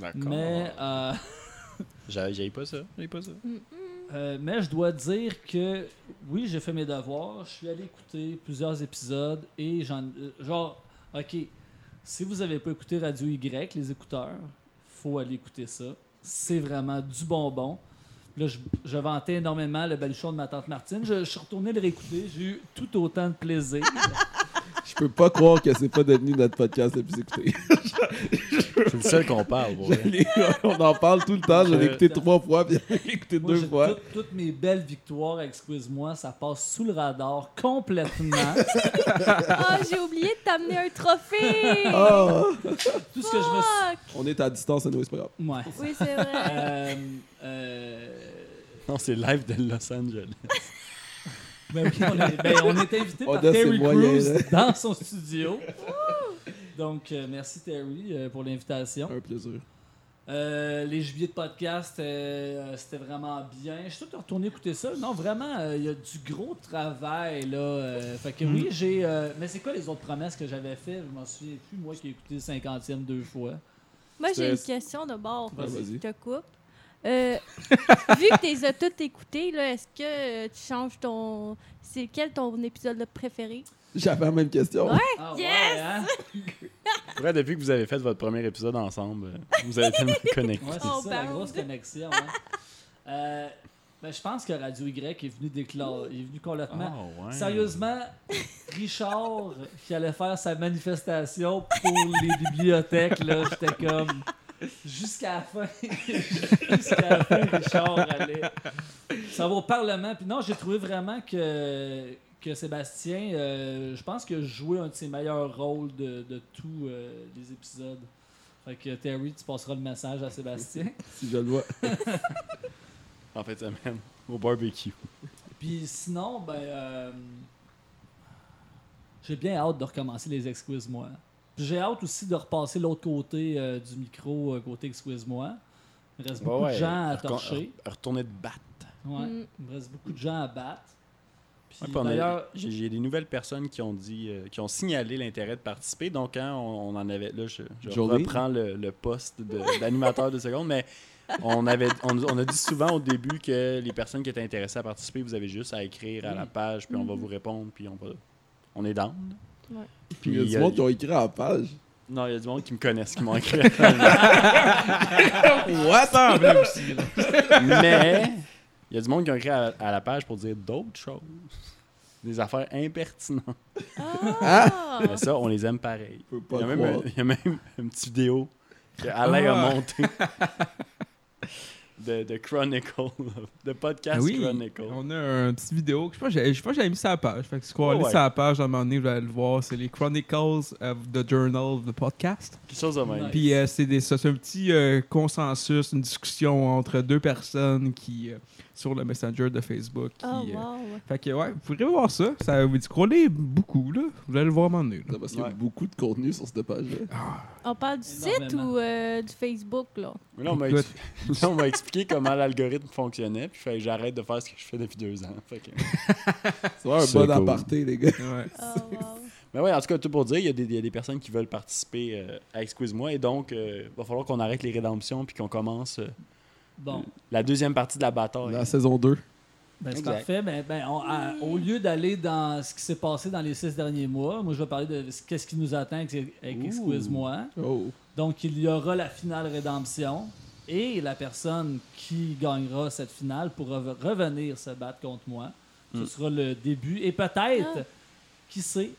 [SPEAKER 5] D'accord.
[SPEAKER 6] Mais, euh,
[SPEAKER 5] J'ai j'ai pas ça. J'ai pas ça.
[SPEAKER 6] euh, mais je dois dire que oui, j'ai fait mes devoirs, je suis allé écouter plusieurs épisodes et j'en euh, genre OK, si vous avez pas écouté Radio Y, les écouteurs, faut aller écouter ça. C'est vraiment du bonbon. Là, je, je vantais énormément le baluchon de ma tante Martine. Je, je suis retourné le réécouter. J'ai eu tout autant de plaisir.
[SPEAKER 2] Je peux pas croire que c'est pas devenu notre podcast le plus écouté. Je
[SPEAKER 5] C'est le seul qu'on parle. pour vrai.
[SPEAKER 2] Les gars, on en parle tout le temps. J'en ai écouté trois fois, puis j'en ai écouté
[SPEAKER 6] Moi,
[SPEAKER 2] deux
[SPEAKER 6] j'ai
[SPEAKER 2] fois.
[SPEAKER 6] toutes- toutes mes belles victoires, excuse-moi, ça passe sous le radar complètement.
[SPEAKER 3] Ah, j'ai oublié de t'amener un trophée!
[SPEAKER 2] Oh,
[SPEAKER 6] Tout ce que je me suis.
[SPEAKER 3] Fuck!
[SPEAKER 2] on est à distance, à nous, c'est pas grave.
[SPEAKER 6] Ouais.
[SPEAKER 3] Oui, c'est vrai.
[SPEAKER 6] Euh, euh,
[SPEAKER 5] Non, c'est live de Los Angeles.
[SPEAKER 6] ben oui, on est, ben, on est invité
[SPEAKER 2] On
[SPEAKER 6] par
[SPEAKER 2] a ses
[SPEAKER 6] Terry
[SPEAKER 2] moyens,
[SPEAKER 6] Crews dans son studio. Donc, euh, merci Terry euh, pour l'invitation.
[SPEAKER 2] Un plaisir.
[SPEAKER 6] Euh, les jubilés de podcast, euh, euh, c'était vraiment bien. Je suis sûr que tu retourné écouter ça. Non, vraiment, euh, il y a du gros travail, là. euh, fait que oui, j'ai... euh, mais c'est quoi les autres promesses que j'avais faites? Je m'en souviens plus, moi, qui ai écouté le cinquantième deux fois.
[SPEAKER 3] Moi, j'ai une
[SPEAKER 2] c'est-
[SPEAKER 3] question de bord.
[SPEAKER 2] Ouais, vas-y.
[SPEAKER 3] Je te coupe. Euh, vu que tu les as toutes écoutées, là, est-ce que euh, tu changes ton. C'est quel ton épisode le préféré?
[SPEAKER 2] J'avais la même question.
[SPEAKER 3] Ouais.
[SPEAKER 6] Ah,
[SPEAKER 3] Yes!
[SPEAKER 6] hein?
[SPEAKER 5] Pour vrai, depuis que vous avez fait votre premier épisode ensemble, euh, vous avez tellement connecté.
[SPEAKER 6] Ouais, c'est
[SPEAKER 3] On
[SPEAKER 6] ça, la
[SPEAKER 3] parle.
[SPEAKER 6] grosse connexion. hein. Euh, ben, je pense que Radio Y est venu déclarer, est venu complètement.
[SPEAKER 5] Ah, ouais.
[SPEAKER 6] Sérieusement, Richard qui allait faire sa manifestation pour les bibliothèques, là, j'étais comme jusqu'à la fin, jusqu'à la fin, Richard allait. Ça va au Parlement. Puis non, j'ai trouvé vraiment que que Sébastien, euh, je pense que joué un de ses meilleurs rôles de, de tous euh, les épisodes. Fait que Terry, tu passeras le message à Sébastien.
[SPEAKER 2] Si je le vois.
[SPEAKER 5] En fait, semaine, au barbecue.
[SPEAKER 6] Puis sinon, ben. euh, j'ai bien hâte de recommencer les Excuse-moi. Puis j'ai hâte aussi de repasser l'autre côté euh, du micro, euh, côté Excuse-moi. Il me reste beaucoup de gens à
[SPEAKER 5] Bah Recon-
[SPEAKER 6] torcher.
[SPEAKER 5] re- Retourner de battre.
[SPEAKER 6] Ouais.
[SPEAKER 3] Mm.
[SPEAKER 6] Il me reste beaucoup de gens à battre. Puis
[SPEAKER 5] Ouais, puis on a-
[SPEAKER 6] d'ailleurs,
[SPEAKER 5] j'ai j'ai des nouvelles personnes qui ont dit, euh, qui ont signalé l'intérêt de participer. Donc, hein, on, on en avait. Là, je, je
[SPEAKER 2] Jolie.
[SPEAKER 5] reprends le, le poste de- d'animateur de, seconde, mais on avait, on, on a dit souvent au début que les personnes qui étaient intéressées à participer, vous avez juste à écrire à la page, puis on va vous répondre, puis on va, on est down.
[SPEAKER 3] Ouais.
[SPEAKER 5] Puis euh,
[SPEAKER 2] Il y a du monde qui ont écrit en page.
[SPEAKER 5] non, il y a du monde qui me connaissent, qui m'ont écrit.
[SPEAKER 2] What?
[SPEAKER 5] mais il y a du monde qui ont écrit à, à la page pour dire d'autres choses, des affaires impertinentes.
[SPEAKER 4] Hein?
[SPEAKER 3] Ah!
[SPEAKER 5] Mais ça, on les aime pareil.
[SPEAKER 2] Je peux pas
[SPEAKER 5] Il y a même,
[SPEAKER 2] croire.
[SPEAKER 5] un- il y a même une petite vidéo que Alain a
[SPEAKER 4] Ah.
[SPEAKER 5] montée de, de Chronicle, de
[SPEAKER 3] Ah
[SPEAKER 5] podcast
[SPEAKER 4] oui,
[SPEAKER 5] Chronicle.
[SPEAKER 4] on a une petite vidéo. que Je sais pas, j'ai- je sais pas, j'avais mis ça à la page. Fait que scroller
[SPEAKER 5] Ouais, ouais.
[SPEAKER 4] sur la page, à un moment donné, vous allez le voir. C'est les Chronicles of the Journal, the podcast.
[SPEAKER 5] Quelque chose de même.
[SPEAKER 6] Ouais.
[SPEAKER 4] Puis euh, c'est des- ça, c'est un petit euh, consensus, une discussion entre deux personnes qui euh, sur le Messenger de Facebook. qui,
[SPEAKER 3] Oh,
[SPEAKER 4] euh,
[SPEAKER 3] wow!
[SPEAKER 4] fait que ouais, vous pourrez voir ça. Ça vous dit scroller beaucoup là. Vous allez le voir à un moment donné, là.
[SPEAKER 2] Non, parce qu'il y a
[SPEAKER 5] Ouais. Ah,
[SPEAKER 2] beaucoup de contenu sur cette page-là.
[SPEAKER 3] On parle du site
[SPEAKER 6] énormément.
[SPEAKER 3] ou euh, du Facebook, là?
[SPEAKER 5] Mais là, on m'a
[SPEAKER 4] Écoute.
[SPEAKER 5] expli- là, on m'a expliqué comment l'algorithme fonctionnait, puis fait que j'arrête de faire ce que je fais depuis deux ans. Fait que-
[SPEAKER 2] C'est vraiment un
[SPEAKER 5] C'est
[SPEAKER 2] bon
[SPEAKER 5] cool.
[SPEAKER 2] aparté, les gars.
[SPEAKER 4] Ouais.
[SPEAKER 3] Oh, wow!
[SPEAKER 5] Mais ouais, en tout cas, tout pour dire, il y, a des- il y a des personnes qui veulent participer euh, à Excuse-moi, et donc, il va falloir qu'on arrête les rédemptions, puis qu'on commence euh,
[SPEAKER 6] bon,
[SPEAKER 5] la deuxième partie de la bataille.
[SPEAKER 2] La saison 2.
[SPEAKER 6] ben, c'est
[SPEAKER 5] Exact.
[SPEAKER 6] parfait. Ben, ben, on- à- au lieu d'aller dans ce qui s'est passé dans les six derniers mois, moi, je vais parler de ce- qu'est-ce qui nous attend avec, avec
[SPEAKER 5] Ouh.
[SPEAKER 6] Excuse-moi.
[SPEAKER 2] Oh.
[SPEAKER 6] Donc, il y aura la finale rédemption et la personne qui gagnera cette finale pourra re- revenir se battre contre moi.
[SPEAKER 5] Hmm.
[SPEAKER 6] Ce sera le début. Et peut-être,
[SPEAKER 3] Ah.
[SPEAKER 6] qui sait,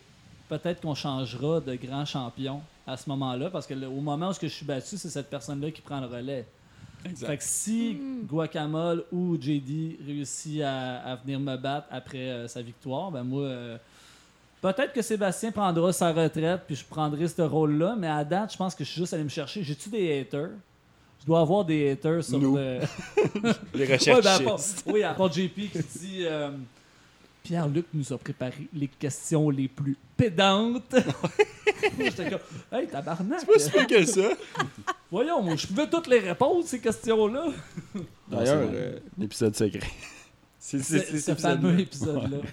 [SPEAKER 6] peut-être qu'on changera de grand champion à ce moment-là parce que le- au moment où ce que je suis battu, c'est cette personne-là qui prend le relais. Fait que si Guacamole ou JD réussit à, à venir me battre après euh, sa victoire, ben moi, euh, peut-être que Sébastien prendra sa retraite puis je prendrai ce rôle-là, mais à date, je pense que je suis juste allé me chercher. J'ai-tu des haters? Je dois avoir des haters sur
[SPEAKER 5] Nous.
[SPEAKER 6] le...
[SPEAKER 5] Les
[SPEAKER 6] Ouais,
[SPEAKER 5] recherches.
[SPEAKER 6] ben, à part- oui, à part JP qui dit... euh, Pierre-Luc nous a préparé les questions les plus pédantes. J'étais comme, hey, tabarnak!
[SPEAKER 5] que ça.
[SPEAKER 6] Voyons, je pouvais toutes les répondre, ces questions-là.
[SPEAKER 2] D'ailleurs,
[SPEAKER 5] c'est
[SPEAKER 2] euh,
[SPEAKER 5] L'épisode secret. C'est c'est-
[SPEAKER 6] C'est
[SPEAKER 5] c'est
[SPEAKER 6] ce
[SPEAKER 5] cet
[SPEAKER 6] fameux
[SPEAKER 5] épisode-là.
[SPEAKER 6] épisode-là.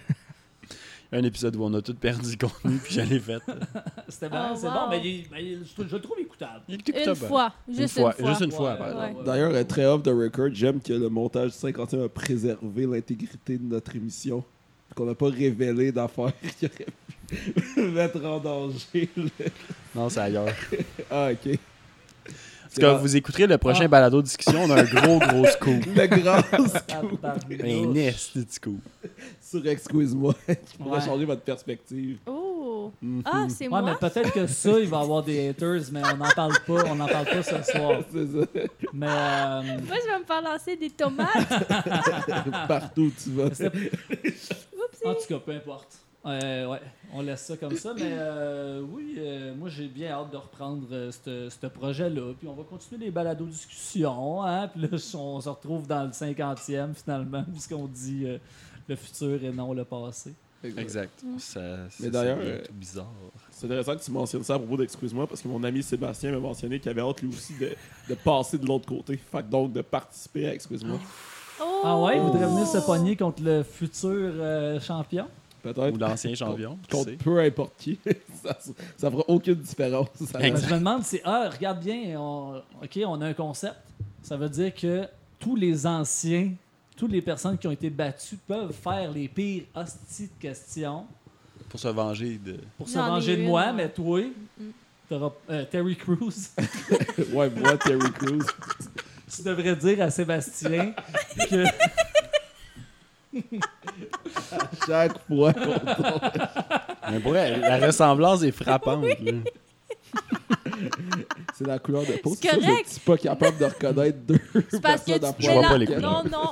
[SPEAKER 5] Un épisode où on a tout perdu le contenu, puis je l'ai fait.
[SPEAKER 6] C'était marrant,
[SPEAKER 3] Oh,
[SPEAKER 6] c'est
[SPEAKER 3] wow.
[SPEAKER 6] bon, mais, il- mais il- je, je le trouve écoutable.
[SPEAKER 3] Une fois, juste une fois.
[SPEAKER 5] Juste ben. une fois, par
[SPEAKER 3] Ouais.
[SPEAKER 5] exemple.
[SPEAKER 2] d'ailleurs, euh, très off the record, j'aime que le montage du 50e a préservé l'intégrité de notre émission. Qu'on n'a pas révélé d'affaires qui auraient pu mettre en danger. le-
[SPEAKER 5] Non, c'est ailleurs. En
[SPEAKER 2] Ah, ok.
[SPEAKER 5] tout cas, vous écouterez le prochain balado discussion, on a un gros, gros scoop.
[SPEAKER 2] Le grand
[SPEAKER 6] Tabarnouche.
[SPEAKER 5] Un esti de scoop.
[SPEAKER 2] sur Excuse-moi qui pourrait
[SPEAKER 6] Ouais.
[SPEAKER 2] changer votre perspective.
[SPEAKER 3] Oh!
[SPEAKER 5] Mhm.
[SPEAKER 3] Ah, c'est
[SPEAKER 6] Ouais,
[SPEAKER 3] moi.
[SPEAKER 6] mais peut-être que ça, il va y avoir des haters, mais on n'en parle pas, on n'en parle pas ce soir. Mais euh,
[SPEAKER 3] Moi, je vais me faire lancer des tomates.
[SPEAKER 2] Partout où tu vas.
[SPEAKER 5] Ah.
[SPEAKER 6] en tout cas, peu importe. Euh, ouais, on laisse ça comme ça, mais euh, oui, euh, moi j'ai bien hâte de reprendre euh, ce ce projet-là. Puis on va continuer les balados-discussions. Hein? Puis là, on se retrouve dans le 50e finalement, puisqu'on dit euh, le futur et non le passé.
[SPEAKER 5] Exact.
[SPEAKER 3] Mm.
[SPEAKER 5] Ça, ça-
[SPEAKER 2] Mais d'ailleurs,
[SPEAKER 5] ça devient
[SPEAKER 2] euh,
[SPEAKER 5] tout bizarre.
[SPEAKER 2] C'est intéressant que tu mentionnes ça à propos d'Excuse-moi parce que mon ami Sébastien m'a mentionné qu'il avait hâte lui aussi de, de passer de l'autre côté. Fait que donc de participer à Excuse-moi.
[SPEAKER 3] Oh!
[SPEAKER 6] Ah ouais, il voudrait venir se pogner contre le futur euh, champion.
[SPEAKER 2] Peut-être.
[SPEAKER 5] Ou l'ancien champion, qui
[SPEAKER 2] Contre
[SPEAKER 5] sait.
[SPEAKER 2] peu importe qui. ça, ça fera aucune différence. Ça-
[SPEAKER 6] Ben, je me demande si, ah, regarde bien, on, OK, on a un concept. Ça veut dire que tous les anciens, toutes les personnes qui ont été battues peuvent faire les pires hosties de questions
[SPEAKER 5] Pour se venger de.
[SPEAKER 6] pour se
[SPEAKER 3] J'en ai
[SPEAKER 6] venger de
[SPEAKER 3] une,
[SPEAKER 6] moi,
[SPEAKER 3] ouais.
[SPEAKER 6] mais toi, t'auras- euh, Terry Crews,
[SPEAKER 2] ouais, moi, Terry Crews.
[SPEAKER 6] tu devrais dire à Sébastien que.
[SPEAKER 2] Chaque fois.
[SPEAKER 5] Mais pour vrai, la ressemblance est frappante. là.
[SPEAKER 2] C'est la couleur de peau.
[SPEAKER 3] C'est
[SPEAKER 2] ça,
[SPEAKER 3] correct.
[SPEAKER 2] Je suis pas capable de reconnaître deux.
[SPEAKER 3] C'est parce que
[SPEAKER 2] personnes à
[SPEAKER 3] tu
[SPEAKER 5] Je vois pas les
[SPEAKER 3] mélanges- Non,
[SPEAKER 5] couleurs.
[SPEAKER 3] non.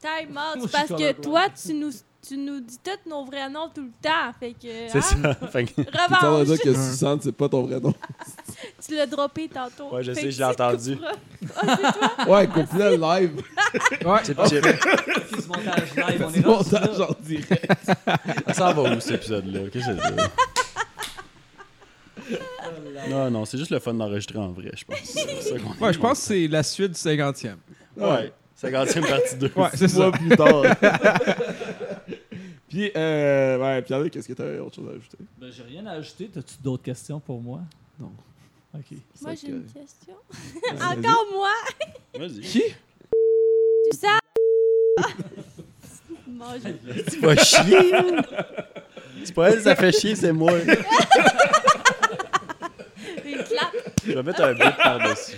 [SPEAKER 3] Time out.
[SPEAKER 6] Moi, je suis
[SPEAKER 3] C'est parce que
[SPEAKER 6] colorblind.
[SPEAKER 3] toi, tu nous, tu nous dis tous nos vrais noms tout le temps. Fait que.
[SPEAKER 5] C'est
[SPEAKER 3] hein,
[SPEAKER 2] Ah.
[SPEAKER 5] ça. Fait que-
[SPEAKER 2] Tu t'en vas
[SPEAKER 3] Revanche.
[SPEAKER 2] dire que Suzanne, c'est pas ton vrai nom.
[SPEAKER 3] Tu l'as droppé tantôt.
[SPEAKER 5] Ouais, je
[SPEAKER 3] Fait
[SPEAKER 5] sais,
[SPEAKER 3] que
[SPEAKER 5] je l'ai
[SPEAKER 3] tu
[SPEAKER 5] entendu.
[SPEAKER 3] couperas.
[SPEAKER 2] Ouais, coupe-le live.
[SPEAKER 4] Ouais.
[SPEAKER 5] Chip, chip.
[SPEAKER 6] C'est du montage live, on
[SPEAKER 2] C'est
[SPEAKER 6] est rendu là.
[SPEAKER 2] montage en direct.
[SPEAKER 5] Ah, Ça va où cet épisode-là? Qu'est-ce que c'est ça?
[SPEAKER 2] Oh
[SPEAKER 5] Non, non, c'est juste le fun d'enregistrer en vrai, je pense. C'est ça qu'on
[SPEAKER 4] Ouais, je pense que c'est la suite du 50e.
[SPEAKER 5] Ouais. 50e partie 2.
[SPEAKER 4] Ouais, c'est ça.
[SPEAKER 2] plus tard. Puis, euh, ouais, Pierre, qu'est-ce que t'avais autre chose à ajouter?
[SPEAKER 6] Ben, j'ai rien à ajouter. T'as-tu d'autres questions pour moi?
[SPEAKER 2] Non.
[SPEAKER 6] OK.
[SPEAKER 3] Moi,
[SPEAKER 2] C'est
[SPEAKER 3] j'ai
[SPEAKER 2] que-
[SPEAKER 3] une question. Encore moi?
[SPEAKER 5] Vas-y.
[SPEAKER 3] Tu sais? Bon, je-
[SPEAKER 5] Tu vas chier. C'est pas elle, ça fait chier, c'est moi.
[SPEAKER 3] une clap.
[SPEAKER 5] Je vais mettre un but par-dessus.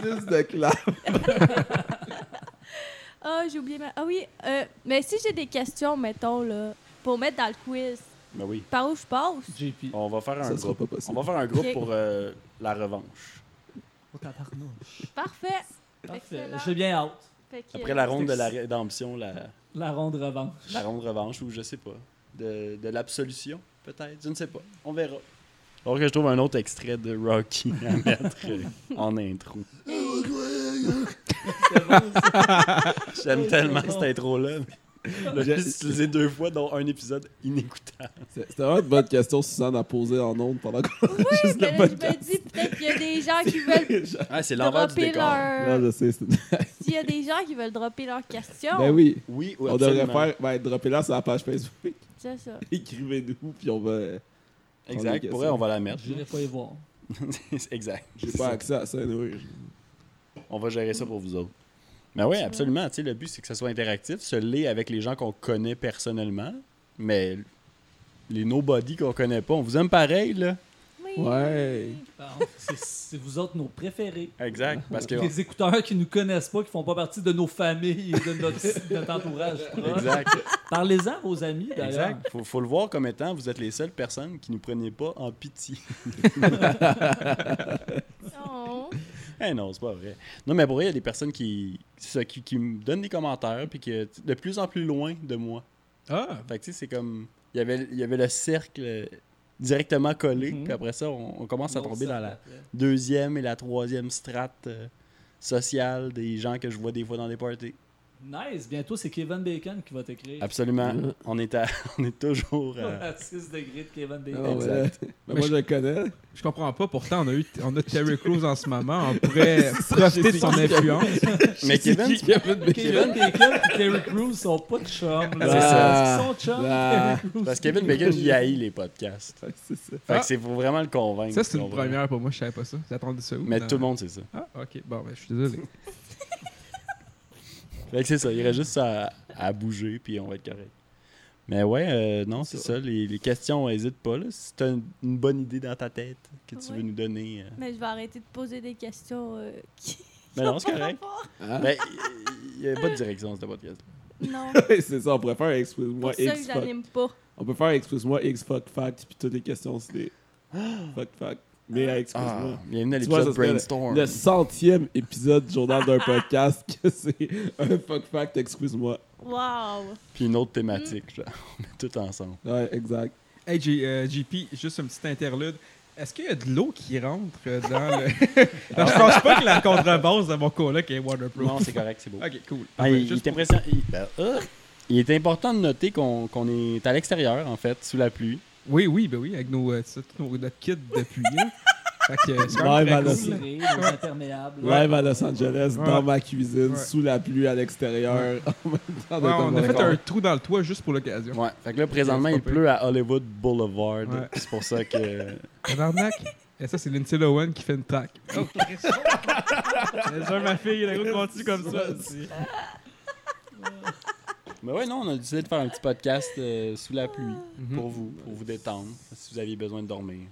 [SPEAKER 2] Plus de classe.
[SPEAKER 3] Ah, j'ai oublié ma... Ah oui, euh, mais si j'ai des questions, mettons, là, pour mettre dans le quiz,
[SPEAKER 5] Ben oui.
[SPEAKER 3] par où je passe?
[SPEAKER 6] JP.
[SPEAKER 5] On va faire un
[SPEAKER 2] Ça sera
[SPEAKER 5] groupe.
[SPEAKER 2] pas possible.
[SPEAKER 5] On va faire un groupe
[SPEAKER 3] Ok.
[SPEAKER 5] pour euh, la revanche.
[SPEAKER 3] Parfait.
[SPEAKER 6] Parfait.
[SPEAKER 3] Excellent.
[SPEAKER 6] J'ai bien hâte.
[SPEAKER 3] Fait que-
[SPEAKER 5] Après la ronde de la rédemption, la,
[SPEAKER 6] La ronde revanche.
[SPEAKER 5] la ronde revanche, ou je sais pas. De, de l'absolution, peut-être. Je ne sais pas. On verra. Alors que je trouve un autre extrait de Rocky à mettre euh, en intro.
[SPEAKER 3] euh,
[SPEAKER 5] J'aime tellement cette intro-là. mais Je l'ai utilisé deux fois, dont un épisode inécoutable.
[SPEAKER 2] C'est- C'était vraiment une bonne question, Suzanne, à poser en ondes pendant qu'on
[SPEAKER 3] Oui,
[SPEAKER 2] enregistre
[SPEAKER 3] mais
[SPEAKER 2] le
[SPEAKER 3] là, ben, je me
[SPEAKER 2] podcast.
[SPEAKER 3] dis peut-être qu'il y a des gens qui veulent
[SPEAKER 5] Ah, c'est l'envers du
[SPEAKER 3] dropper
[SPEAKER 5] décor.
[SPEAKER 2] Non,
[SPEAKER 3] leur...
[SPEAKER 2] je sais. c'est-
[SPEAKER 3] S'il y a des gens qui veulent dropper leurs questions,
[SPEAKER 2] Ben oui,
[SPEAKER 5] Oui,
[SPEAKER 2] on devrait faire. Ben, dropper là sur la page Facebook.
[SPEAKER 3] c'est ça.
[SPEAKER 2] Écrivez-nous, puis on va.
[SPEAKER 5] Exact. Pour elle, on va la mettre.
[SPEAKER 6] J'irai pas y voir.
[SPEAKER 5] exact.
[SPEAKER 2] J'ai pas accès à ça, oui.
[SPEAKER 5] On va gérer ça pour vous autres. Mais oui, absolument. Tu sais, le but, c'est que ça soit interactif, se lier avec les gens qu'on connaît personnellement, mais les nobody qu'on connaît pas, on vous aime pareil, là.
[SPEAKER 3] Oui.
[SPEAKER 2] Ouais.
[SPEAKER 6] Bon, c'est- C'est vous autres nos préférés.
[SPEAKER 5] Exact. Parce que.
[SPEAKER 6] Les écouteurs qui nous connaissent pas, qui font pas partie de nos familles et de notre, notre entourage proche.
[SPEAKER 5] Exact.
[SPEAKER 6] Parlez-en à vos amis, d'ailleurs.
[SPEAKER 5] Exact. Faut, faut le voir comme étant, vous êtes les seules personnes qui nous preniez pas en pitié.
[SPEAKER 3] Oh.
[SPEAKER 5] Eh non, c'est pas vrai. Non, mais pour vrai, il y a des personnes qui, c'est ça, qui, qui me donnent des commentaires, puis que tu sais, de plus en plus loin de moi.
[SPEAKER 4] Ah,
[SPEAKER 5] Fait que tu sais, c'est comme. Il y avait, il y avait le cercle euh, directement collé,
[SPEAKER 6] Mhm.
[SPEAKER 5] puis après ça, on, on commence à
[SPEAKER 6] Non,
[SPEAKER 5] tomber
[SPEAKER 6] ça,
[SPEAKER 5] dans la
[SPEAKER 6] après.
[SPEAKER 5] deuxième et la troisième strate euh, sociale des gens que je vois des fois dans des parties.
[SPEAKER 6] Nice. Bientôt, c'est Kevin Bacon qui va t'écrire.
[SPEAKER 5] Absolument. On, est à- on est toujours. euh,
[SPEAKER 6] À 6 degrés de Kevin
[SPEAKER 2] Ah
[SPEAKER 6] Bacon.
[SPEAKER 2] non, mais là,
[SPEAKER 5] Exact.
[SPEAKER 2] mais Ben, moi, je le connais.
[SPEAKER 4] je comprends pas. Pourtant, on a eu on a Terry Crews en ce moment. On pourrait
[SPEAKER 2] j'ai
[SPEAKER 4] profiter de
[SPEAKER 2] dit
[SPEAKER 4] son
[SPEAKER 2] que-
[SPEAKER 4] influence.
[SPEAKER 5] Mais Kevin,
[SPEAKER 2] Qui a fait de
[SPEAKER 6] Kevin Bacon et Terry Crews sont pas de chum.
[SPEAKER 5] C'est ça.
[SPEAKER 6] Ils sont chum.
[SPEAKER 2] Ah.
[SPEAKER 5] parce que Kevin Bacon, il haït les podcasts.
[SPEAKER 2] Ouais, c'est ça.
[SPEAKER 5] Fait
[SPEAKER 4] Ah.
[SPEAKER 5] que c'est faut vraiment le convaincre.
[SPEAKER 4] Ça, c'est une
[SPEAKER 5] tu comprends?
[SPEAKER 4] première pour moi. Je savais pas ça. J'attendais ça où?
[SPEAKER 5] Mais
[SPEAKER 4] dans-
[SPEAKER 5] tout le monde, c'est ça.
[SPEAKER 4] Ah, ok. Bon, ben, je suis désolé.
[SPEAKER 5] Fait que c'est ça. Il reste juste à, à bouger, puis on va être correct. Mais ouais, euh, non, c'est ça. Les, les questions, n'hésite pas. Là. Si t'as une, une bonne idée dans ta tête que tu veux
[SPEAKER 3] Ouais.
[SPEAKER 5] nous donner. euh,
[SPEAKER 3] Mais je vais arrêter de poser des questions euh, qui
[SPEAKER 5] Mais non, c'est
[SPEAKER 3] n'ont pas
[SPEAKER 5] correct.
[SPEAKER 3] rapport.
[SPEAKER 2] Ah.
[SPEAKER 5] Mais ben, il n'y a pas de direction, ce podcast.
[SPEAKER 3] Non,
[SPEAKER 2] Ouais, c'est ça, on pourrait faire un
[SPEAKER 3] pour
[SPEAKER 2] Excuse-moi
[SPEAKER 3] ça que
[SPEAKER 2] X. fuck.
[SPEAKER 3] j'anime pas.
[SPEAKER 2] On peut faire Excuse-moi, X fuck fact, puis toutes les questions, c'est des fuck fact. Mais euh, excuse-moi.
[SPEAKER 5] Ah, bienvenue à
[SPEAKER 2] Tu vois, ça
[SPEAKER 5] l'épisode
[SPEAKER 2] serait le-
[SPEAKER 5] Brainstorm.
[SPEAKER 2] Le centième épisode du journal d'un podcast, que c'est un fuck fact, excuse-moi.
[SPEAKER 3] Wow!
[SPEAKER 5] Puis une autre thématique, genre. On est tout ensemble.
[SPEAKER 2] Ouais, exact.
[SPEAKER 4] Hey, J- euh, JP, juste un petit interlude. Est-ce qu'il y a de l'eau qui rentre euh, dans le. Non, je pense pas que la contrebasse de mon coloc est waterproof.
[SPEAKER 5] Non, c'est correct, c'est beau.
[SPEAKER 4] Ok, cool.
[SPEAKER 5] Ah,
[SPEAKER 4] Parfait,
[SPEAKER 5] il,
[SPEAKER 4] juste
[SPEAKER 5] il est impression- il- ben, euh, il est important de noter qu'on qu'on est à l'extérieur, en fait, sous la pluie.
[SPEAKER 4] pour- Oui, oui, ben oui, avec nos, euh, ça, tout nos- notre kit depuis. Hein. fait que euh, c'est quand
[SPEAKER 2] Ouais,
[SPEAKER 4] même
[SPEAKER 2] ben
[SPEAKER 4] très
[SPEAKER 2] là, c'est-
[SPEAKER 4] cool.
[SPEAKER 6] Tiré, des imperméables.
[SPEAKER 2] Live à Los Angeles,
[SPEAKER 4] Ouais.
[SPEAKER 2] dans ma cuisine,
[SPEAKER 4] Ouais.
[SPEAKER 2] sous la pluie, à l'extérieur. en même temps,
[SPEAKER 4] Ouais, on a fait
[SPEAKER 2] d'accord.
[SPEAKER 4] un trou dans le toit juste pour l'occasion.
[SPEAKER 5] Ouais. Fait que là, présentement,
[SPEAKER 4] C'est
[SPEAKER 5] il
[SPEAKER 4] pas
[SPEAKER 5] pleut à Hollywood Boulevard.
[SPEAKER 4] Ouais.
[SPEAKER 5] C'est pour ça que.
[SPEAKER 4] Tabarnak! Et ça, c'est Lindsay Lohan qui fait une track. Oh, ma fille, la route continue comme ça.
[SPEAKER 5] Mais ouais, non, on a décidé de faire un petit podcast euh, sous la pluie
[SPEAKER 4] Mhm.
[SPEAKER 5] pour vous, pour vous détendre, si vous aviez besoin de dormir.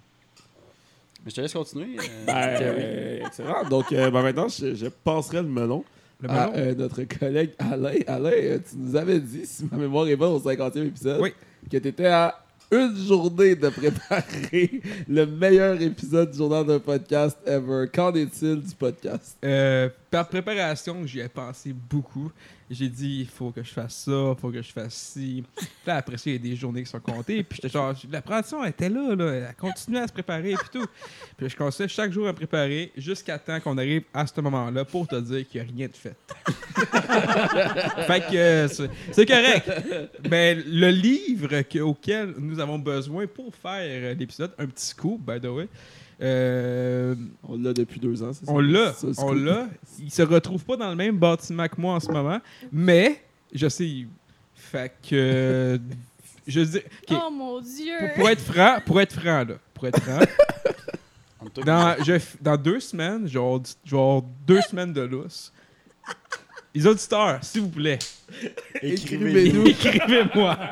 [SPEAKER 5] Mais je te laisse continuer. euh,
[SPEAKER 2] Ben,
[SPEAKER 5] Terry.
[SPEAKER 2] euh, excellent. Donc, euh, ben, maintenant, je, je passerai le melon,
[SPEAKER 4] Le
[SPEAKER 2] à
[SPEAKER 4] melon.
[SPEAKER 2] euh, notre collègue Alain. Alain, euh, tu nous avais dit, si ma mémoire est bonne, au 50e épisode,
[SPEAKER 4] Oui.
[SPEAKER 2] que tu étais à une journée de préparer le meilleur épisode du journal d'un podcast ever. Qu'en est-il du podcast?
[SPEAKER 4] Euh, par préparation, j'y ai pensé beaucoup. J'ai dit, il faut que je fasse ça, il faut que je fasse ci. Puis là, après ça, il y a des journées qui sont comptées. Puis j'étais genre, l'appréhension était là, là. Elle continuait à se préparer et tout. Puis je commençais chaque jour à me préparer jusqu'à temps qu'on arrive à ce moment-là pour te dire qu'il n'y a rien de fait. fait que euh, c'est- c'est correct. Mais le livre que- auquel nous avons besoin pour faire euh, l'épisode, un petit coup, by the way, euh,
[SPEAKER 2] On l'a depuis deux ans, c'est ça?
[SPEAKER 4] on l'a,
[SPEAKER 2] Ça, c'est
[SPEAKER 4] on
[SPEAKER 2] cool.
[SPEAKER 4] l'a. Il se retrouve pas dans le même bâtiment que moi en ce moment, mais je sais. Fait que je dis, ok,
[SPEAKER 3] Oh mon Dieu!
[SPEAKER 4] pour, pour être franc, pour être franc là, pour être franc,
[SPEAKER 5] En tout cas,
[SPEAKER 4] dans, je f- dans deux semaines, je vais avoir du- je vais avoir deux semaines de lousse. Les auditeurs, s'il vous plaît,
[SPEAKER 2] Écrivez-nous.
[SPEAKER 4] écrivez-moi.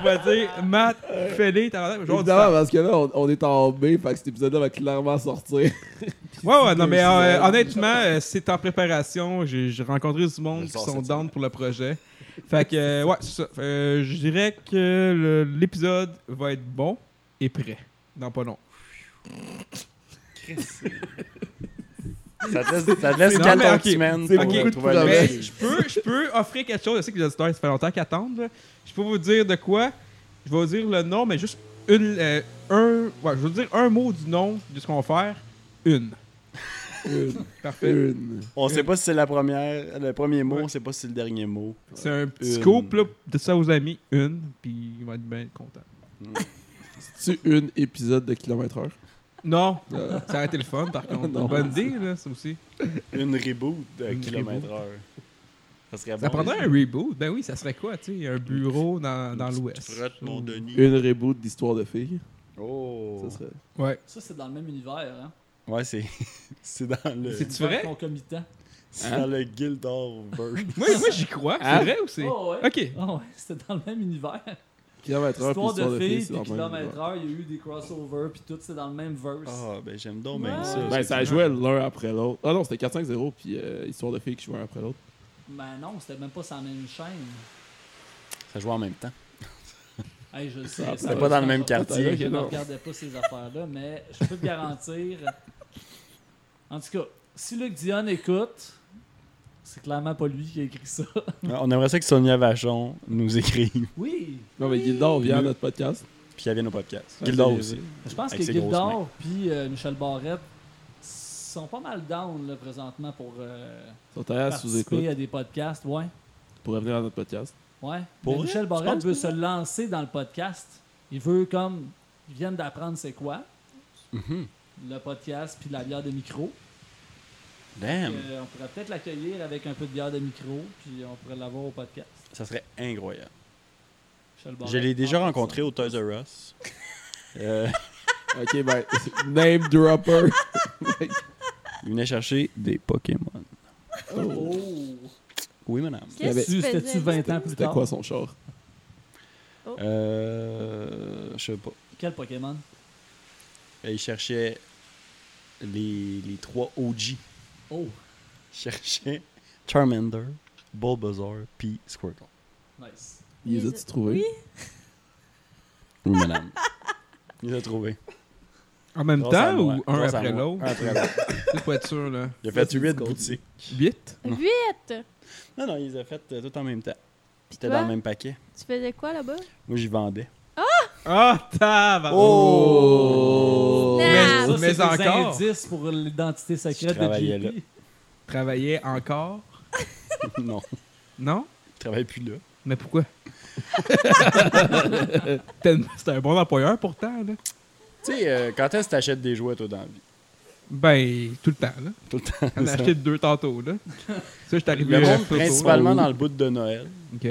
[SPEAKER 4] On va dire, Matt, Félix, t'as l'air. je vais avoir du
[SPEAKER 2] Évidemment,
[SPEAKER 4] temps.
[SPEAKER 2] parce que là, on, on est en mai, fait que cet épisode-là va clairement sortir.
[SPEAKER 4] Ouais, ouais, non, mais euh,
[SPEAKER 2] Deux
[SPEAKER 4] honnêtement, euh, c'est en préparation. J'ai j'ai rencontré du monde
[SPEAKER 5] Le
[SPEAKER 4] qui
[SPEAKER 5] sort
[SPEAKER 4] sont
[SPEAKER 5] cette
[SPEAKER 4] down pour le projet. Fait que, euh, ouais, c'est ça. Euh, je dirais que le- l'épisode va être bon et prêt. Dans pas long.
[SPEAKER 5] ça te laisse, ça te laisse
[SPEAKER 4] Non, mais
[SPEAKER 5] 14
[SPEAKER 4] ok,
[SPEAKER 5] semaines
[SPEAKER 2] c'est
[SPEAKER 5] pour
[SPEAKER 4] beaucoup
[SPEAKER 5] euh,
[SPEAKER 4] de
[SPEAKER 5] trouver un
[SPEAKER 2] travail.
[SPEAKER 4] Mais
[SPEAKER 5] nouvel-
[SPEAKER 4] je peux, je peux offrir quelque chose. Je sais que les auditeurs, ça fait longtemps qu'ils attendent. là. Je peux vous dire de quoi. Je vais vous dire le nom, mais juste une, euh, un. Ouais, je vais vous dire un mot du nom de ce qu'on va faire. Une.
[SPEAKER 2] Une.
[SPEAKER 4] Parfait.
[SPEAKER 2] Une.
[SPEAKER 5] On sait pas si c'est la première, le premier mot,
[SPEAKER 4] Ouais.
[SPEAKER 5] on sait pas si c'est le dernier mot.
[SPEAKER 4] C'est un petit
[SPEAKER 5] Une.
[SPEAKER 4] scoop, là, de ça aux amis. Une, puis ils vont être bien contents.
[SPEAKER 2] C'est-tu une épisode de kilomètre heure?
[SPEAKER 4] Non, ça aurait été le fun par contre.
[SPEAKER 2] Euh. Non.
[SPEAKER 4] Bonne idée, là, ça aussi.
[SPEAKER 5] Une reboot de
[SPEAKER 4] Une
[SPEAKER 5] kilomètre heure. Ça serait
[SPEAKER 4] Ça
[SPEAKER 5] bon.
[SPEAKER 4] prendrait un reboot. Ben oui, ça serait quoi, tu sais, un bureau dans, dans l'Ouest.
[SPEAKER 5] Frotte mon Denis.
[SPEAKER 2] Une reboot d'histoire de filles.
[SPEAKER 5] Oh.
[SPEAKER 2] Ça serait-
[SPEAKER 4] Ouais.
[SPEAKER 6] Ça, c'est dans le même univers. Hein?
[SPEAKER 5] Ouais, c'est c'est dans le
[SPEAKER 4] C'est-tu vrai?
[SPEAKER 6] Concomitant.
[SPEAKER 5] c'est dans le Gildor version.
[SPEAKER 4] Moi, moi j'y crois.
[SPEAKER 2] Ah.
[SPEAKER 4] C'est vrai ou c'est.
[SPEAKER 6] Oh, ouais.
[SPEAKER 4] Ok.
[SPEAKER 6] Ah ouais, c'était dans le même univers.
[SPEAKER 2] Kilomètre heure, puis
[SPEAKER 6] Histoire de filles,
[SPEAKER 2] c'est
[SPEAKER 6] puis
[SPEAKER 2] dans le même
[SPEAKER 6] kilomètre heure, il y a eu des crossovers, puis tout, c'est dans le même verse.
[SPEAKER 5] Ah, ben j'aime donc bien
[SPEAKER 6] Ouais.
[SPEAKER 5] ça.
[SPEAKER 2] Ben, ça jouait l'un après l'autre. Ah non, c'était 4-5-0, puis euh, Histoire de filles qui jouait un après l'autre.
[SPEAKER 6] Mais Ben non, c'était même pas sur la même chaîne.
[SPEAKER 5] Ça jouait en même temps.
[SPEAKER 6] Hey, je le sais.
[SPEAKER 2] Ah,
[SPEAKER 6] ça
[SPEAKER 5] c'était
[SPEAKER 6] va
[SPEAKER 5] pas dans
[SPEAKER 6] faire
[SPEAKER 5] le même
[SPEAKER 6] genre-
[SPEAKER 5] quartier.
[SPEAKER 6] Je ne
[SPEAKER 2] non.
[SPEAKER 6] regardais pas ces affaires-là, mais je peux te garantir. En tout cas, si Luc Dion écoute, c'est clairement pas lui qui a écrit ça.
[SPEAKER 5] On aimerait ça que Sonia Vachon nous écrive
[SPEAKER 6] Oui!
[SPEAKER 2] Non, mais Gildor vient à notre podcast.
[SPEAKER 5] puis qu'elle vienne au podcast.
[SPEAKER 2] Ça,
[SPEAKER 5] Gildor
[SPEAKER 2] c'est-
[SPEAKER 5] aussi.
[SPEAKER 6] Je pense
[SPEAKER 5] Avec
[SPEAKER 6] que
[SPEAKER 5] ses grosses
[SPEAKER 6] Gildor puis euh, Michel Barrette sont pas mal down là, présentement pour euh,
[SPEAKER 2] Ils sont allés à sous-écoute
[SPEAKER 6] participer à des podcasts. Ouais.
[SPEAKER 2] pour revenir à notre podcast.
[SPEAKER 6] Ouais.
[SPEAKER 5] Pour
[SPEAKER 6] Mais
[SPEAKER 5] vrai?
[SPEAKER 6] Michel
[SPEAKER 5] Tu
[SPEAKER 6] Barrette
[SPEAKER 5] penses
[SPEAKER 6] veut se lancer dans le podcast. Il veut comme. Il vient d'apprendre c'est quoi.
[SPEAKER 5] Mhm.
[SPEAKER 6] Le podcast puis la bière de micro.
[SPEAKER 5] Damn,
[SPEAKER 6] Euh, on pourrait peut-être l'accueillir avec un peu de bière de micro, puis on pourrait l'avoir au podcast.
[SPEAKER 5] ça serait incroyable.
[SPEAKER 6] Michel
[SPEAKER 5] Je
[SPEAKER 6] Barrette,
[SPEAKER 5] l'ai déjà
[SPEAKER 6] en
[SPEAKER 5] rencontré
[SPEAKER 6] personne.
[SPEAKER 5] au Toys R Us. Euh,
[SPEAKER 2] Ok, ben, name dropper.
[SPEAKER 5] il venait chercher des Pokémon.
[SPEAKER 2] Oh.
[SPEAKER 5] Oui, madame.
[SPEAKER 3] Qu'est-ce que tu
[SPEAKER 6] C'était-tu
[SPEAKER 3] faisais?
[SPEAKER 6] 20 ans plus
[SPEAKER 2] C'était
[SPEAKER 6] tard?
[SPEAKER 2] quoi son char?
[SPEAKER 5] Oh. Euh, je sais pas.
[SPEAKER 6] Quel Pokémon?
[SPEAKER 5] Il cherchait les, les trois OG.
[SPEAKER 6] Oh,
[SPEAKER 5] Il cherchait Charmander, Bulbasaur, puis Squirtle.
[SPEAKER 6] nice.
[SPEAKER 2] Il les
[SPEAKER 3] Les-
[SPEAKER 2] a-tu trouvés?
[SPEAKER 3] Oui.
[SPEAKER 5] Oui, madame. Il l'a trouvé.
[SPEAKER 4] En même
[SPEAKER 5] Grâce à
[SPEAKER 4] temps
[SPEAKER 5] moi.
[SPEAKER 4] ou un
[SPEAKER 5] Grâce à
[SPEAKER 4] après
[SPEAKER 5] moi.
[SPEAKER 4] l'autre?
[SPEAKER 5] Un après l'autre.
[SPEAKER 4] C'est pour être sûr, là.
[SPEAKER 5] Il a fait huit boutiques.
[SPEAKER 4] Vite.
[SPEAKER 3] Vite!
[SPEAKER 5] Non, non, il les a fait euh, tout en même temps.
[SPEAKER 3] Puis
[SPEAKER 5] C'était
[SPEAKER 3] toi,
[SPEAKER 5] dans le même paquet.
[SPEAKER 3] tu faisais quoi là-bas?
[SPEAKER 5] Moi, j'y vendais.
[SPEAKER 4] Ah, tabarnak!
[SPEAKER 3] Oh!
[SPEAKER 4] Mais-
[SPEAKER 6] Ça,
[SPEAKER 4] mais
[SPEAKER 6] c'est des
[SPEAKER 4] encore.
[SPEAKER 6] indices pour l'identité secrète de
[SPEAKER 5] travaillais là.
[SPEAKER 6] JP.
[SPEAKER 4] Travaillais encore?
[SPEAKER 5] non,
[SPEAKER 4] Non?
[SPEAKER 5] je travaille plus là.
[SPEAKER 4] Mais pourquoi? Tellement- C'était un bon employeur pourtant, là.
[SPEAKER 5] Tu sais, euh, quand est-ce que t'achètes des jouets, toi, dans la vie?
[SPEAKER 4] Ben, tout le temps, là.
[SPEAKER 5] Tout le temps.
[SPEAKER 4] J'en ai acheté deux tantôt, là. Ça, je suis arrivé
[SPEAKER 5] Le
[SPEAKER 4] à
[SPEAKER 5] monde,
[SPEAKER 4] photo, là.
[SPEAKER 5] principalement dans le bout de Noël.
[SPEAKER 4] OK.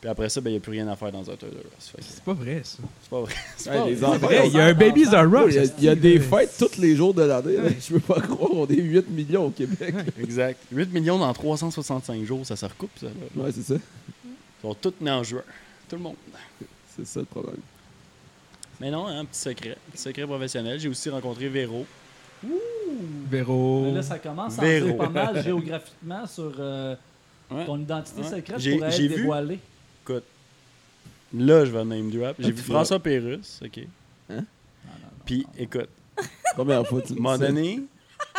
[SPEAKER 5] Puis après ça, ben, il n'y a plus rien à faire dans un Toys R Us. Fait que
[SPEAKER 4] C'est pas vrai, ça.
[SPEAKER 5] C'est pas vrai. C'est
[SPEAKER 2] Ouais,
[SPEAKER 5] pas
[SPEAKER 2] les
[SPEAKER 5] vrai.
[SPEAKER 2] enfants,
[SPEAKER 4] Hey, il y a un Baby The Rock.
[SPEAKER 2] Il y a, il y a des fêtes tous les jours de l'année. là. Je peux pas croire, on est 8 millions au Québec.
[SPEAKER 5] Exact. 8 millions dans 365 jours, ça se recoupe, ça. là. Ils
[SPEAKER 2] Ouais, c'est ça.
[SPEAKER 5] sont tous nés en juin. Tout le monde.
[SPEAKER 2] C'est ça le problème.
[SPEAKER 5] Mais non, un petit secret. Petit secret professionnel. J'ai aussi rencontré Véro.
[SPEAKER 4] Véro.
[SPEAKER 6] Mais là, ça commence à en
[SPEAKER 5] Véro.
[SPEAKER 6] dire pas mal géographiquement sur euh,
[SPEAKER 5] Ouais.
[SPEAKER 6] ton identité
[SPEAKER 5] Ouais.
[SPEAKER 6] secrète
[SPEAKER 5] J'ai-
[SPEAKER 6] pour être
[SPEAKER 5] j'ai vu.
[SPEAKER 6] dévoilée.
[SPEAKER 5] Écoute, là, je vais name drop. J'ai
[SPEAKER 2] Ah,
[SPEAKER 5] vu
[SPEAKER 2] tu
[SPEAKER 5] François Pérusse, OK?
[SPEAKER 2] Hein?
[SPEAKER 5] Puis, écoute,
[SPEAKER 2] Première fois, tu
[SPEAKER 5] à un moment donné,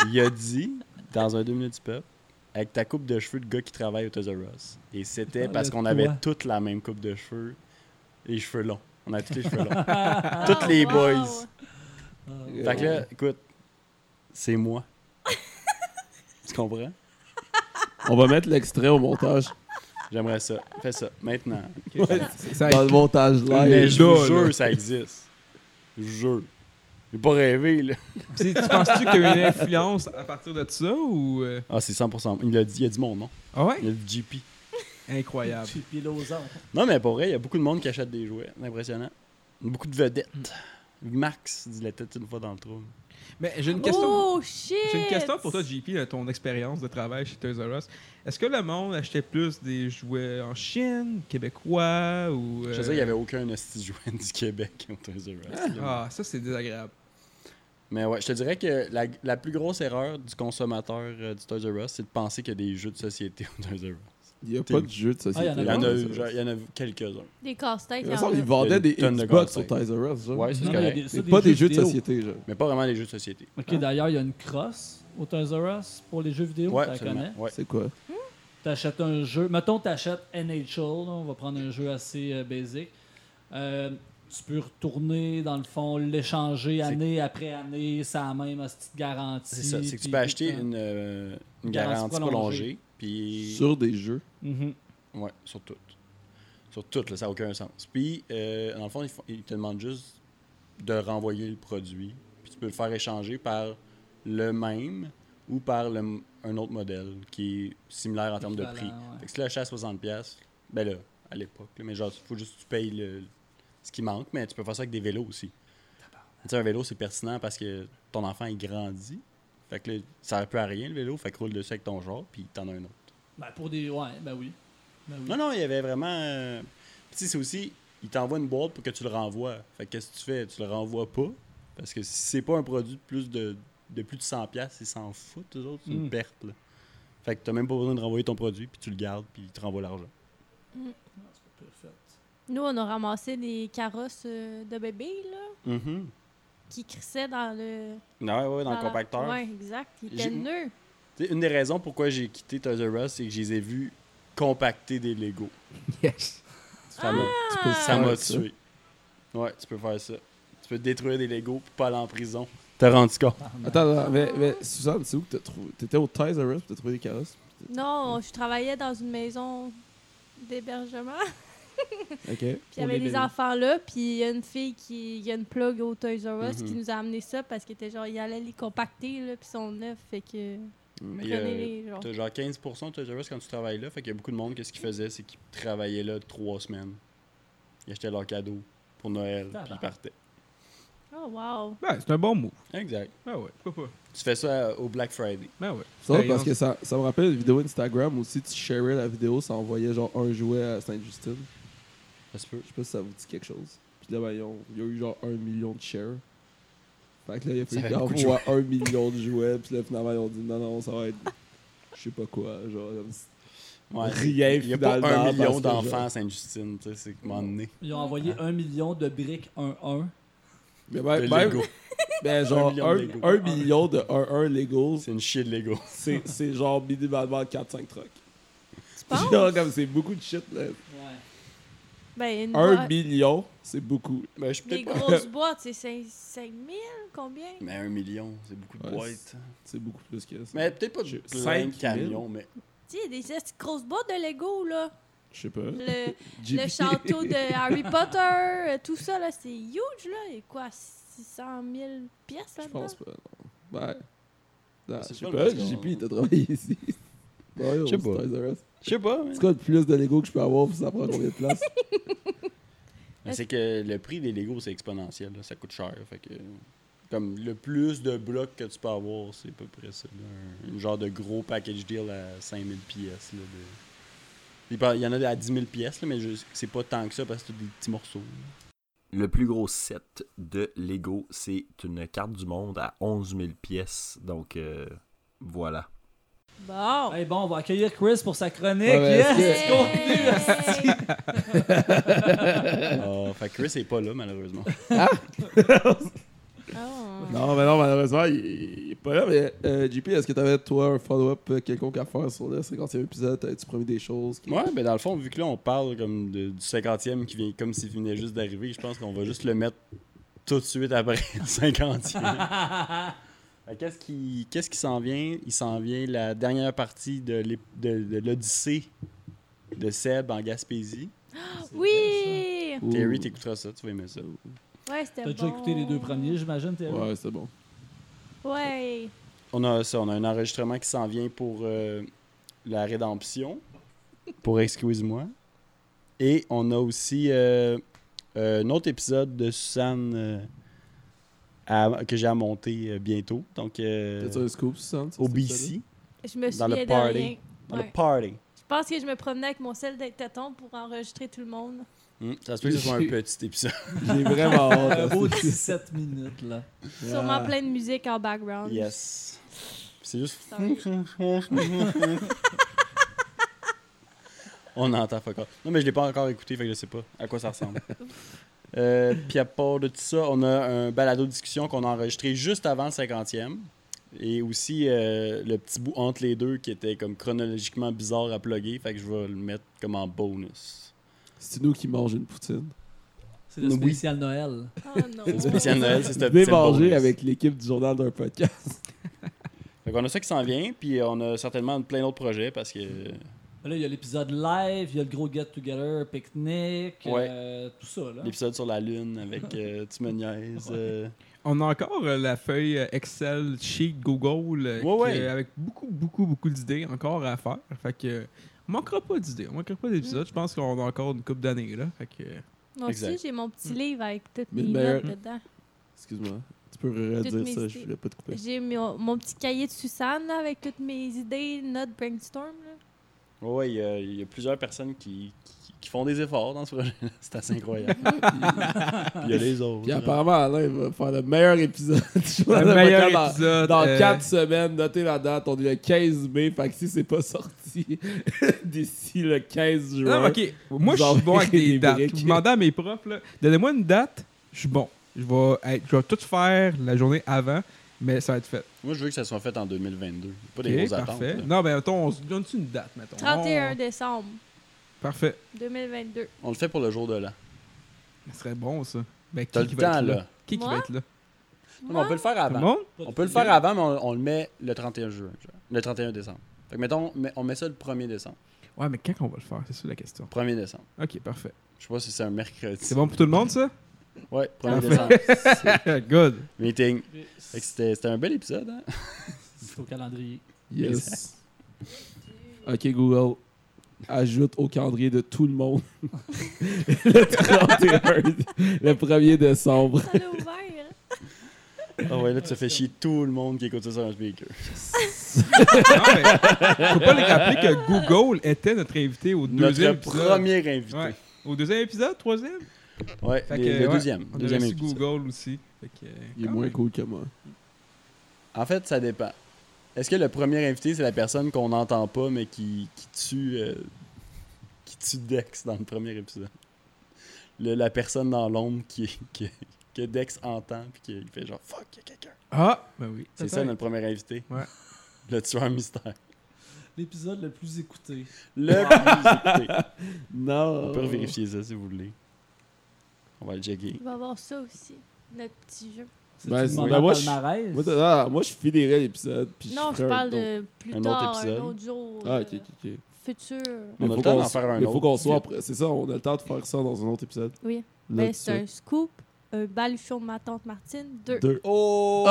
[SPEAKER 5] il a dit, dans un 2 minutes du peuple, avec ta coupe de cheveux de gars qui travaille au Toys R Us. Et c'était
[SPEAKER 6] Ah,
[SPEAKER 5] parce
[SPEAKER 6] le
[SPEAKER 5] qu'on avait
[SPEAKER 6] toi.
[SPEAKER 5] toutes la même coupe de cheveux. Les cheveux longs. On a tous les cheveux longs.
[SPEAKER 6] Ah,
[SPEAKER 5] Toutes les
[SPEAKER 3] wow.
[SPEAKER 5] boys.
[SPEAKER 6] ouais.
[SPEAKER 2] Euh,
[SPEAKER 5] Fait que là, écoute, c'est moi. tu comprends?
[SPEAKER 2] On va mettre l'extrait au montage.
[SPEAKER 5] J'aimerais ça. Fais ça, maintenant.
[SPEAKER 2] Ouais,
[SPEAKER 4] Ça-
[SPEAKER 2] dans le montage
[SPEAKER 5] Mais
[SPEAKER 2] live.
[SPEAKER 5] je vous
[SPEAKER 4] là, là.
[SPEAKER 5] jure, ça existe. Je vous jure. J'ai pas rêvé, là.
[SPEAKER 4] Tu tu penses-tu qu'il y a eu une influence à partir de ça ou. euh?
[SPEAKER 5] Ah, c'est 100%. Il a dit, il a dit mon nom.
[SPEAKER 4] Ah ouais?
[SPEAKER 5] Il a dit JP.
[SPEAKER 4] Incroyable.
[SPEAKER 6] Puis puis Lausanne.
[SPEAKER 5] Non, mais pour vrai, il y a beaucoup de monde qui achète des jouets. C'est impressionnant. Beaucoup de vedettes. Max, il était une fois dans le trou.
[SPEAKER 4] Mais j'ai une question.
[SPEAKER 3] Oh shit!
[SPEAKER 4] J'ai une question pour toi, JP, de ton expérience de travail chez Toys R Us. Est-ce que le monde achetait plus des jouets en Chine, québécois ou.
[SPEAKER 5] Je
[SPEAKER 4] euh,
[SPEAKER 5] sais, il n'y avait aucun hostie jouet du Québec au Toys R Us, là.
[SPEAKER 4] Ah, ça, c'est désagréable.
[SPEAKER 5] Mais ouais, je te dirais que la, la plus grosse erreur du consommateur euh, du Toys R Us, c'est de penser qu'il y a des jeux de société au Toys R Us.
[SPEAKER 2] Il n'y a pas de jeu de société.
[SPEAKER 6] Ah,
[SPEAKER 5] Il y
[SPEAKER 6] Ouais,
[SPEAKER 5] en a,
[SPEAKER 2] eu,
[SPEAKER 5] genre, il y en a quelques-uns.
[SPEAKER 3] Des casse-têtes.
[SPEAKER 2] De toute
[SPEAKER 3] il y en
[SPEAKER 2] façon,
[SPEAKER 3] a.
[SPEAKER 2] ils vendaient des
[SPEAKER 5] Il y a une tonne de
[SPEAKER 2] Xbox sur
[SPEAKER 5] casse-têtes.
[SPEAKER 2] Toys R Us. genre.
[SPEAKER 5] Ouais, c'est
[SPEAKER 6] Non, mais il y a
[SPEAKER 5] correct.
[SPEAKER 6] des- ça,
[SPEAKER 2] Mais pas des jeux de
[SPEAKER 6] vidéo.
[SPEAKER 2] société. genre.
[SPEAKER 5] Mais pas vraiment les jeux de société.
[SPEAKER 6] Ok, d'ailleurs, il y a une crosse au Toys R Us pour les jeux vidéo.
[SPEAKER 5] Ouais,
[SPEAKER 6] tu la
[SPEAKER 5] absolument.
[SPEAKER 6] connais.
[SPEAKER 5] Ouais.
[SPEAKER 2] C'est quoi
[SPEAKER 6] T'achètes un jeu. Mettons, t'achètes NHL. là, on va prendre un jeu assez euh, basic. Euh, tu peux retourner, dans le fond, l'échanger année après année. Ça a même une petite garantie.
[SPEAKER 5] C'est ça, c'est que tu
[SPEAKER 6] puis
[SPEAKER 5] peux acheter
[SPEAKER 6] tout le temps.
[SPEAKER 5] une, euh, une
[SPEAKER 6] Garantie
[SPEAKER 5] garantie prolongée,
[SPEAKER 6] prolongée.
[SPEAKER 5] puis...
[SPEAKER 2] Sur des jeux.
[SPEAKER 6] Mhm.
[SPEAKER 5] Ouais, sur toutes. Sur toutes, là, ça n'a aucun sens. Puis, euh, dans le fond, ils, font- ils te demandent juste de renvoyer le produit, puis tu peux le faire échanger par le même ou par le m- un autre modèle qui est similaire en termes de prix.
[SPEAKER 6] Équivalent, ouais.
[SPEAKER 5] Fait que si tu l'achètes à 60$, ben là, à l'époque, là, mais genre, il faut juste que tu payes le, ce qui manque, mais tu peux faire ça avec des vélos aussi. Tu sais, un vélo, c'est pertinent parce que ton enfant, il grandit. Fait que là, ça sert plus à rien, le vélo. Fait que roule dessus avec ton genre, puis t'en as un autre.
[SPEAKER 6] Ben, pour des. Ouais, ben oui. Ben oui.
[SPEAKER 5] Non, non, il y avait vraiment. euh, Tu sais, c'est aussi. Il t'envoie une boîte pour que tu le renvoies. Fait que qu'est-ce que tu fais Tu le renvoies pas. Parce que si c'est pas un produit de plus de, de plus de 100$, ils s'en foutent, eux autres. C'est une
[SPEAKER 6] Mm.
[SPEAKER 5] perte, là. Fait que t'as même pas besoin de renvoyer ton produit, puis tu le gardes, puis ils te renvoient l'argent.
[SPEAKER 6] Parfait.
[SPEAKER 3] Nous, on a ramassé des carrosses euh, de bébés là,
[SPEAKER 5] Mhm.
[SPEAKER 3] qui crissaient dans le.
[SPEAKER 5] Ah Ouais, ouais, dans,
[SPEAKER 3] la-
[SPEAKER 5] le compacteur.
[SPEAKER 3] Ouais, exact. Ils
[SPEAKER 5] J'ai-
[SPEAKER 3] étaient nœuds.
[SPEAKER 5] Tu sais, Une des raisons pourquoi j'ai quitté Toys R Us, c'est que je les ai vus compacter des Lego.
[SPEAKER 4] Yes.
[SPEAKER 5] Ça m'a-
[SPEAKER 2] Tu peux
[SPEAKER 3] Ah.
[SPEAKER 5] Ça
[SPEAKER 2] faire
[SPEAKER 5] m'a tué. Ouais, tu peux faire ça. Tu peux détruire des Lego, puis pas aller en prison. T'as rendu compte
[SPEAKER 2] Attends, attends, mais, mais Suzanne, c'est où que t'as trouvé T'étais au Toys R Us, puis t'as trouvé des carrosses.
[SPEAKER 3] Non, je travaillais dans une maison d'hébergement.
[SPEAKER 2] Ok.
[SPEAKER 3] Puis il y avait
[SPEAKER 6] les
[SPEAKER 3] les
[SPEAKER 6] bébés.
[SPEAKER 3] enfants là, puis il y a une fille qui. Il y a une plug au Toys R Us qui
[SPEAKER 5] Mhm.
[SPEAKER 3] nous a amené ça parce qu'il était genre, il allait les compacter, là, puis ils sont neufs, fait que.
[SPEAKER 5] Mais, euh,
[SPEAKER 3] Prenez-les, genre.
[SPEAKER 5] T'as genre 15% de Toys R Us quand tu travailles là. Fait qu'il y a beaucoup de monde que ce qu'ils faisaient, c'est qu'ils travaillaient là trois semaines. Ils achetaient leurs cadeaux pour Noël,
[SPEAKER 6] Tabarnak.
[SPEAKER 5] puis ils partaient.
[SPEAKER 3] Oh, wow.
[SPEAKER 4] Ben, c'est un bon move.
[SPEAKER 5] Exact.
[SPEAKER 4] Ben ouais, pourquoi pas.
[SPEAKER 5] Tu fais ça euh, au Black Friday.
[SPEAKER 4] Ben ouais.
[SPEAKER 2] C'est drôle
[SPEAKER 4] Ben,
[SPEAKER 2] parce
[SPEAKER 4] on-
[SPEAKER 2] que ça, ça me rappelle une vidéo Instagram où si tu sharais la vidéo, ça envoyait genre un jouet à Sainte-Justine.
[SPEAKER 5] Ça se peut.
[SPEAKER 2] Je sais pas si ça vous dit quelque chose. Puis là, ben, ils ont- il y a eu genre un million de shares. Fait que là, il a
[SPEAKER 5] Ça
[SPEAKER 2] fallu
[SPEAKER 5] fait beaucoup de
[SPEAKER 2] qu'ils envoient un million de jouets. Puis là, finalement, ils ont dit non, non, ça va être je sais pas quoi. Genre, comme si-
[SPEAKER 5] Ouais.
[SPEAKER 2] Rien,
[SPEAKER 5] Il n'y a pas
[SPEAKER 2] finalement,
[SPEAKER 5] un million
[SPEAKER 2] parce que
[SPEAKER 5] d'enfants à Sainte-Justine, tu sais, c'est que, à un moment donné.
[SPEAKER 6] Ils ont envoyé un million de briques 1-1.
[SPEAKER 2] Mais ben,
[SPEAKER 5] de
[SPEAKER 2] ben,
[SPEAKER 5] Lego.
[SPEAKER 2] ben, genre,
[SPEAKER 5] Un million
[SPEAKER 2] un,
[SPEAKER 5] de Lego.
[SPEAKER 2] un million de 1-1 Legos,
[SPEAKER 5] C'est une chier de Lego.
[SPEAKER 2] c'est c'est genre minimalement 4-5 trucks.
[SPEAKER 3] Tu penses?
[SPEAKER 2] Genre, comme c'est beaucoup de shit, là.
[SPEAKER 3] Ben, une
[SPEAKER 2] Un
[SPEAKER 3] boîte-
[SPEAKER 2] million, c'est beaucoup.
[SPEAKER 5] Ben, je suis
[SPEAKER 3] Des
[SPEAKER 5] peut-être pas.
[SPEAKER 3] grosses boîtes, c'est 5 000? Combien?
[SPEAKER 5] Mais un million, c'est beaucoup de
[SPEAKER 2] Ouais,
[SPEAKER 5] boîtes.
[SPEAKER 2] C'est beaucoup plus que ça.
[SPEAKER 5] Mais peut-être pas
[SPEAKER 2] Je-
[SPEAKER 5] de
[SPEAKER 2] cinq
[SPEAKER 5] plein de
[SPEAKER 2] mille.
[SPEAKER 5] camions, mais
[SPEAKER 3] Tu sais, il y a des estes- grosses boîtes de Lego, là.
[SPEAKER 2] Je sais pas.
[SPEAKER 3] Le,
[SPEAKER 2] JP.
[SPEAKER 3] le château de Harry Potter, euh, tout ça, là, c'est huge, là. Il y a quoi, 600 000 pièces
[SPEAKER 2] Je
[SPEAKER 3] là-dedans?
[SPEAKER 2] pense pas. Non. Ouais. Non,
[SPEAKER 5] C'est
[SPEAKER 2] je sais
[SPEAKER 5] pas
[SPEAKER 2] pas,
[SPEAKER 5] le best,
[SPEAKER 2] JP,
[SPEAKER 5] non.
[SPEAKER 2] il t'a travaillé ici. Je
[SPEAKER 5] sais pas. je sais pas. mais-
[SPEAKER 2] C'est quoi le plus de Lego que je peux avoir pour ça prend combien de place?
[SPEAKER 5] Mais c'est que le prix des Legos, c'est exponentiel. là. Ça coûte cher. Fait que, comme le plus de blocs que tu peux avoir, c'est à peu près ça. là. Un, un genre de gros package deal à 5000 pièces. là, de- Il par- il y en a à 10 000 pièces, là, mais je- c'est pas tant que ça parce que c'est des petits morceaux.
[SPEAKER 8] Le plus gros set de Lego, c'est une carte du monde à 11 000 pièces. Donc euh, voilà.
[SPEAKER 3] Bon!
[SPEAKER 6] Hey, bon, on va accueillir Chris pour sa chronique.
[SPEAKER 2] Ouais, mais
[SPEAKER 5] ben,
[SPEAKER 2] est-ce
[SPEAKER 6] yes!
[SPEAKER 3] Hey!
[SPEAKER 6] Continue, là.
[SPEAKER 5] Ah, fait que Chris est pas là, malheureusement.
[SPEAKER 3] Oh.
[SPEAKER 2] non, mais non, malheureusement, il, il est pas là. Mais euh, JP, est-ce que t'avais, toi, un follow-up euh, quelconque à faire sur le 50e épisode? T'avais-tu promis des choses? qui-
[SPEAKER 5] Ouais, ben dans le fond, vu que là, on parle comme de- du 50e qui vient comme s'il venait juste d'arriver, je pense qu'on va juste le mettre tout de suite après le 50e. Euh, Qu'est-ce qui qu'est-ce qui s'en vient? Il s'en vient la dernière partie de l'ép- de- de l'Odyssée de Seb en Gaspésie.
[SPEAKER 3] Oui!
[SPEAKER 2] Ou-
[SPEAKER 5] Terry, t'écouteras ça, tu vas aimer ça.
[SPEAKER 3] Ouais, c'était
[SPEAKER 6] T'as
[SPEAKER 3] bon.
[SPEAKER 6] déjà écouté les deux premiers, j'imagine, Thierry?
[SPEAKER 2] Ouais, c'est bon.
[SPEAKER 3] Ouais.
[SPEAKER 5] On a ça, on a un enregistrement qui s'en vient pour euh, la rédemption, pour Excuse-moi. Et on a aussi euh, euh, un autre épisode de Suzanne euh, à- que j'ai à monter euh, bientôt, donc euh,
[SPEAKER 2] T'as-tu un scoop, Susan? sur
[SPEAKER 5] au
[SPEAKER 2] cet
[SPEAKER 5] BC,
[SPEAKER 3] Je me
[SPEAKER 5] Dans le
[SPEAKER 3] souviens de
[SPEAKER 5] party.
[SPEAKER 3] rien.
[SPEAKER 5] dans
[SPEAKER 3] Ouais.
[SPEAKER 5] le party.
[SPEAKER 3] Je pense que je me promenais avec mon sel de téton pour enregistrer tout le monde.
[SPEAKER 5] Hmm, ça se peut que ce soit un petit épisode.
[SPEAKER 2] épisode-là? J'ai vraiment hâte.
[SPEAKER 6] Un
[SPEAKER 2] à
[SPEAKER 6] beau
[SPEAKER 2] ça.
[SPEAKER 6] 17 minutes, là.
[SPEAKER 3] Sûrement plein de musique en background.
[SPEAKER 5] Ah. Yes. C'est juste.
[SPEAKER 3] Sorry.
[SPEAKER 5] On entend fuck off. Non, mais je l'ai pas encore écouté, fait que je sais pas à quoi ça ressemble. Euh, Puis à part de tout ça, on a un balado de discussion qu'on a enregistré juste avant le 50e. Et aussi euh, le petit bout entre les deux qui était comme chronologiquement bizarre à plugger, fait que je vais le mettre comme en bonus.
[SPEAKER 2] C'est nous qui mangeons une poutine.
[SPEAKER 6] C'est le
[SPEAKER 5] Oui.
[SPEAKER 6] spécial Noël.
[SPEAKER 3] Oh non.
[SPEAKER 5] C'est spécial Noël, c'est ce
[SPEAKER 2] Venez
[SPEAKER 5] petit
[SPEAKER 2] manger
[SPEAKER 5] bonus.
[SPEAKER 2] avec l'équipe du journal d'un podcast.
[SPEAKER 5] Fait qu'on a ça qui s'en vient, puis euh, on a certainement plein d'autres projets parce que.
[SPEAKER 6] Là, il y a l'épisode live, il y a le gros get-together, pique-nique,
[SPEAKER 5] Ouais.
[SPEAKER 6] euh, tout ça, là.
[SPEAKER 5] L'épisode sur la lune avec euh, Tu me niaises, euh,
[SPEAKER 4] On a encore euh, la feuille euh, Excel chez Google euh,
[SPEAKER 5] Ouais,
[SPEAKER 4] qui,
[SPEAKER 5] ouais.
[SPEAKER 4] euh, avec beaucoup, beaucoup, beaucoup d'idées encore à faire. Fait que euh, on manquera pas d'idées, on manquera pas d'épisodes. Je pense qu'on a encore une coupe d'années là. Fait que euh,
[SPEAKER 3] Moi aussi,
[SPEAKER 5] Exact.
[SPEAKER 3] j'ai mon petit livre avec toutes
[SPEAKER 2] Mais
[SPEAKER 3] mes
[SPEAKER 2] le meilleur-
[SPEAKER 3] notes dedans.
[SPEAKER 2] Excuse-moi. Tu peux redire
[SPEAKER 3] mes
[SPEAKER 2] ça, je
[SPEAKER 3] idées.
[SPEAKER 2] voulais pas te couper.
[SPEAKER 3] J'ai mon, mon petit cahier de Suzanne là, avec toutes mes idées, notes, brainstorm. là.
[SPEAKER 5] Ouais, ouais, il y a- il y, a plusieurs personnes qui, qui, qui font des efforts dans ce projet. C'est assez incroyable. Puis il y a les autres.
[SPEAKER 2] Puis apparemment, Alain va faire le meilleur épisode. du
[SPEAKER 4] le
[SPEAKER 2] Journal d'un
[SPEAKER 4] meilleur
[SPEAKER 2] podcast dans-
[SPEAKER 4] épisode.
[SPEAKER 2] Dans
[SPEAKER 4] euh,
[SPEAKER 2] 4 semaines, notez la date, on est le 15 mai, fait que si c'est pas sorti d'ici le 15 juin.
[SPEAKER 4] Non, mais Ah, ok. Moi, je
[SPEAKER 2] Vous
[SPEAKER 4] suis bon avec
[SPEAKER 2] envoyez
[SPEAKER 4] des,
[SPEAKER 2] des
[SPEAKER 4] dates.
[SPEAKER 2] briques.
[SPEAKER 4] Vous demandez à mes profs, là, donnez-moi une date, je suis bon. Je vais, être- je vais tout faire la journée avant, mais ça va être fait.
[SPEAKER 5] Moi, je veux que ça soit fait en 2022. Pas des
[SPEAKER 4] Ok,
[SPEAKER 5] grosses attentes.
[SPEAKER 4] parfait.
[SPEAKER 5] là.
[SPEAKER 4] Non, mais mettons, on se donne une date, mettons?
[SPEAKER 3] 31
[SPEAKER 5] Oh.
[SPEAKER 4] On-
[SPEAKER 3] décembre
[SPEAKER 4] Parfait.
[SPEAKER 3] 2022.
[SPEAKER 5] On le fait pour le jour de l'an.
[SPEAKER 4] Ce serait bon, ça. Ben, qui,
[SPEAKER 5] T'as le
[SPEAKER 4] qui va
[SPEAKER 5] temps,
[SPEAKER 4] être
[SPEAKER 5] là.
[SPEAKER 4] là? Qui, qui
[SPEAKER 3] Moi?
[SPEAKER 4] va être là?
[SPEAKER 5] Non, mais on peut le faire
[SPEAKER 4] Tout le
[SPEAKER 5] avant.
[SPEAKER 4] monde?
[SPEAKER 5] On peut le faire avant, mais on, on le met le 31 juin. genre. Le 31 décembre. Fait que mettons, mais on met ça le 1er décembre.
[SPEAKER 4] Ouais, mais quand on va le faire? C'est ça la question.
[SPEAKER 5] 1er décembre.
[SPEAKER 4] Ok, parfait.
[SPEAKER 5] Je sais pas si c'est un mercredi.
[SPEAKER 4] C'est bon pour tout le monde, ça?
[SPEAKER 5] Ouais, 1er
[SPEAKER 4] Parfait.
[SPEAKER 5] décembre.
[SPEAKER 4] Good.
[SPEAKER 5] Meeting. Fait que
[SPEAKER 6] C'est
[SPEAKER 5] C'était c'était un bel épisode, hein?
[SPEAKER 6] c'est au calendrier.
[SPEAKER 2] Yes. Ok, Google, ajoute au calendrier de tout le monde le 31, le 1er décembre.
[SPEAKER 3] Ça l'a ouvert. hein.
[SPEAKER 5] Ah ouais, là, tu fais chier tout le monde qui écoute ça sur un speaker.
[SPEAKER 4] Non, mais faut pas le rappeler que Google était notre invité au deuxième
[SPEAKER 5] Notre
[SPEAKER 4] épisode.
[SPEAKER 5] premier invité.
[SPEAKER 4] Ouais. Au deuxième épisode, troisième?
[SPEAKER 5] Ouais,
[SPEAKER 4] Fait
[SPEAKER 5] les-
[SPEAKER 4] que,
[SPEAKER 5] le
[SPEAKER 4] ouais,
[SPEAKER 5] deuxième.
[SPEAKER 4] On
[SPEAKER 5] deuxième
[SPEAKER 4] a reçu
[SPEAKER 5] épisode.
[SPEAKER 4] Google aussi. Fait que,
[SPEAKER 2] Il est
[SPEAKER 4] quand
[SPEAKER 2] moins
[SPEAKER 4] même.
[SPEAKER 2] cool que moi.
[SPEAKER 5] En fait, ça dépend. Est-ce que le premier invité, c'est la personne qu'on n'entend pas, mais qui, qui tue. euh, qui tue Dex dans le premier épisode Le- La personne dans l'ombre qui, qui- que Dex entend, puis qu'il fait genre fuck, il y a quelqu'un.
[SPEAKER 4] Ah, ben oui.
[SPEAKER 5] C'est ça notre premier invité.
[SPEAKER 4] Ouais.
[SPEAKER 5] Le tueur mystère.
[SPEAKER 6] L'épisode le plus écouté.
[SPEAKER 5] Le plus écouté.
[SPEAKER 2] Non.
[SPEAKER 5] On peut vérifier ça si vous voulez. On va le checker.
[SPEAKER 3] Il va y avoir ça aussi, notre petit jeu.
[SPEAKER 6] C'est
[SPEAKER 2] Ben,
[SPEAKER 6] ben,
[SPEAKER 2] c'est-
[SPEAKER 6] moment
[SPEAKER 2] ben, moi, je-
[SPEAKER 6] palmarès.
[SPEAKER 2] Moi, t'as- ah, moi, je finirais l'épisode. puis
[SPEAKER 3] Non, je
[SPEAKER 2] ferais un
[SPEAKER 3] parle
[SPEAKER 2] autre.
[SPEAKER 3] de plus
[SPEAKER 5] un autre
[SPEAKER 3] tard,
[SPEAKER 5] épisode.
[SPEAKER 3] un autre jour.
[SPEAKER 2] Ah,
[SPEAKER 3] euh,
[SPEAKER 2] ok, ok, ok.
[SPEAKER 3] Futur.
[SPEAKER 5] On a
[SPEAKER 2] faut
[SPEAKER 5] le temps
[SPEAKER 2] qu'on-
[SPEAKER 5] d'en faire un
[SPEAKER 2] mais faut
[SPEAKER 5] autre.
[SPEAKER 2] qu'on soit après. C'est ça, on a le temps de faire ça dans un autre épisode.
[SPEAKER 3] Oui.
[SPEAKER 2] Là,
[SPEAKER 3] Ben,
[SPEAKER 2] tu
[SPEAKER 3] c'est un scoop, un baluchon de ma tante Martine, deux.
[SPEAKER 2] Deux.
[SPEAKER 9] Oh!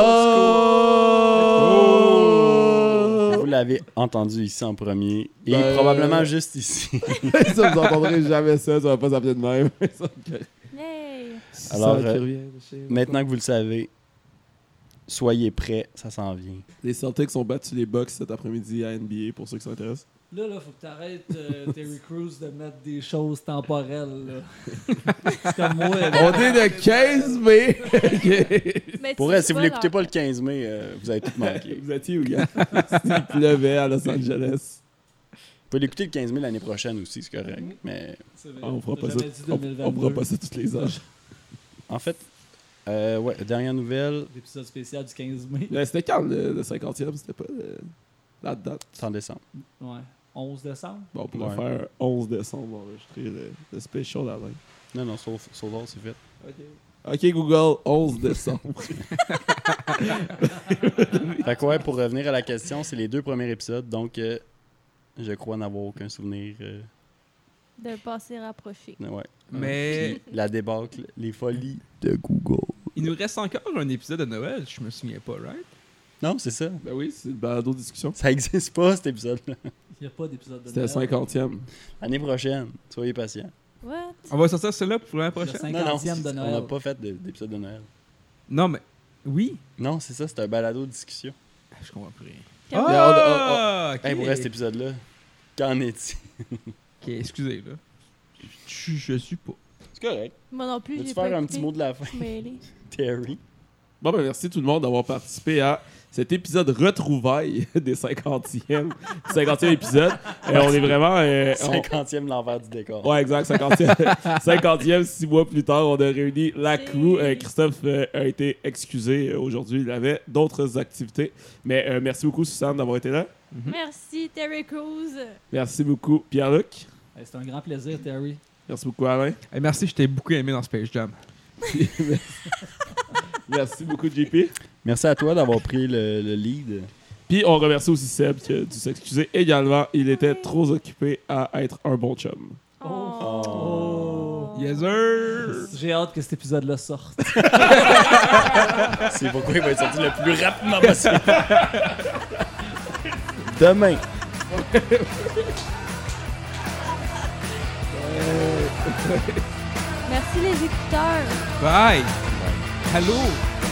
[SPEAKER 5] Vous l'avez entendu ici en premier et
[SPEAKER 2] Ben-
[SPEAKER 5] probablement juste ici.
[SPEAKER 2] Oh! ça, vous entendrez jamais ça, ça va pas s'appeler de même. Ça,
[SPEAKER 3] Yay!
[SPEAKER 2] ça
[SPEAKER 5] Alors,
[SPEAKER 2] qui
[SPEAKER 5] euh,
[SPEAKER 2] revient, je sais.
[SPEAKER 5] Maintenant que vous le savez, soyez prêts, ça s'en vient.
[SPEAKER 2] Les Celtics ont battu les Bucks cet après-midi à NBA, pour ceux qui s'intéressent.
[SPEAKER 6] Là, là, faut que t'arrêtes, euh, Terry Crews, de mettre des choses temporelles. là. c'est comme moi. là.
[SPEAKER 2] On est le 15 mai! Ok.
[SPEAKER 3] Mais
[SPEAKER 5] Pour
[SPEAKER 3] tu
[SPEAKER 5] vrai,
[SPEAKER 3] sais
[SPEAKER 5] si vous
[SPEAKER 3] pas,
[SPEAKER 5] l'écoutez
[SPEAKER 3] là,
[SPEAKER 5] pas le 15 mai, euh, vous avez tout manqué. Vous
[SPEAKER 2] vous étiez où, gars? Il pleuvait à Los Angeles.
[SPEAKER 5] pouvez l'écouter le 15 mai l'année prochaine aussi, c'est correct. Mais
[SPEAKER 6] C'est vrai.
[SPEAKER 2] Ah, on fera
[SPEAKER 6] T'as
[SPEAKER 2] pas ça.
[SPEAKER 6] jamais dit
[SPEAKER 2] On, on
[SPEAKER 6] 2022.
[SPEAKER 2] fera pas ça toutes les heures.
[SPEAKER 5] en fait, euh, ouais, dernière nouvelle,
[SPEAKER 6] L'épisode spécial du 15 mai.
[SPEAKER 2] Euh, C'était quand le, le 50e? C'était pas euh, la date?
[SPEAKER 5] c'est en décembre.
[SPEAKER 6] Ouais. 11 décembre.
[SPEAKER 2] Bon, on pourrait
[SPEAKER 5] Ouais.
[SPEAKER 2] faire 11 décembre, enregistrer le, le special avant.
[SPEAKER 5] Non, non, sauf, sauf c'est fait.
[SPEAKER 2] Ok, Google, 11 décembre.
[SPEAKER 5] Fait que ouais, pour revenir à la question, c'est les deux premiers épisodes, donc euh, je crois n'avoir aucun souvenir. euh,
[SPEAKER 3] D'un passé rapproché.
[SPEAKER 5] ouais.
[SPEAKER 4] Mais
[SPEAKER 5] Puis la débâcle, les folies de Google.
[SPEAKER 4] il nous reste encore un épisode de Noël, je me souviens pas, right?
[SPEAKER 5] Non, c'est ça.
[SPEAKER 2] ben oui, c'est une balado discussion.
[SPEAKER 5] Ça existe pas, cet épisode-là.
[SPEAKER 6] Il n'y a pas d'épisode de
[SPEAKER 2] C'était le
[SPEAKER 6] Noël.
[SPEAKER 2] 50e.
[SPEAKER 5] L'année prochaine, soyez patients.
[SPEAKER 3] What?
[SPEAKER 4] On va sortir celle-là pour la
[SPEAKER 6] Le
[SPEAKER 4] prochaine.
[SPEAKER 6] 50e de
[SPEAKER 5] on n'a
[SPEAKER 6] Noël.
[SPEAKER 5] pas fait de- d'épisode de Noël.
[SPEAKER 4] Non, mais oui.
[SPEAKER 5] Non, c'est ça, c'est un balado de discussion.
[SPEAKER 4] Ah, Je comprends plus rien.
[SPEAKER 3] Ah,
[SPEAKER 4] Ah,
[SPEAKER 5] Hey, pour vrai, cet
[SPEAKER 4] ok.
[SPEAKER 5] épisode-là, qu'en est-il?
[SPEAKER 4] Ok, excusez là. Je, je suis pas.
[SPEAKER 5] C'est correct.
[SPEAKER 3] Moi non plus,
[SPEAKER 5] Veux-tu
[SPEAKER 3] j'ai pas
[SPEAKER 5] faire un
[SPEAKER 3] écouté.
[SPEAKER 5] petit mot de la fin,
[SPEAKER 3] Je suis mêlée.
[SPEAKER 5] Terry?
[SPEAKER 2] Bon, ben merci tout le monde d'avoir participé à cet épisode retrouvaille des 50e, du 50e épisode. Et on est vraiment. euh, on-
[SPEAKER 5] 50e de l'envers du décor.
[SPEAKER 2] Ouais, exact, 50e, 50e, six mois plus tard, on a réuni la crew. Euh, Christophe euh, a été excusé euh, aujourd'hui, il avait d'autres activités. Mais euh, merci beaucoup, Suzanne, d'avoir été là.
[SPEAKER 5] Mhm.
[SPEAKER 3] Merci, Terry Crews.
[SPEAKER 2] Merci beaucoup, Pierre-Luc.
[SPEAKER 6] Hey, C'est un grand plaisir, Terry.
[SPEAKER 2] Merci beaucoup, Alain.
[SPEAKER 4] Hey, merci, je t'ai beaucoup aimé dans Space Jam.
[SPEAKER 2] Merci beaucoup, JP.
[SPEAKER 5] Merci à toi d'avoir pris le, le lead.
[SPEAKER 2] Puis on remercie aussi Seb qui a dû s'excuser également. Il était trop occupé à être un bon chum.
[SPEAKER 3] Oh.
[SPEAKER 5] Oh.
[SPEAKER 4] Yes, sir!
[SPEAKER 6] J'ai hâte que cet épisode-là sorte.
[SPEAKER 5] C'est pourquoi il va être sorti le plus rapidement possible. Demain.
[SPEAKER 3] Merci les écouteurs.
[SPEAKER 4] Bye! Allô?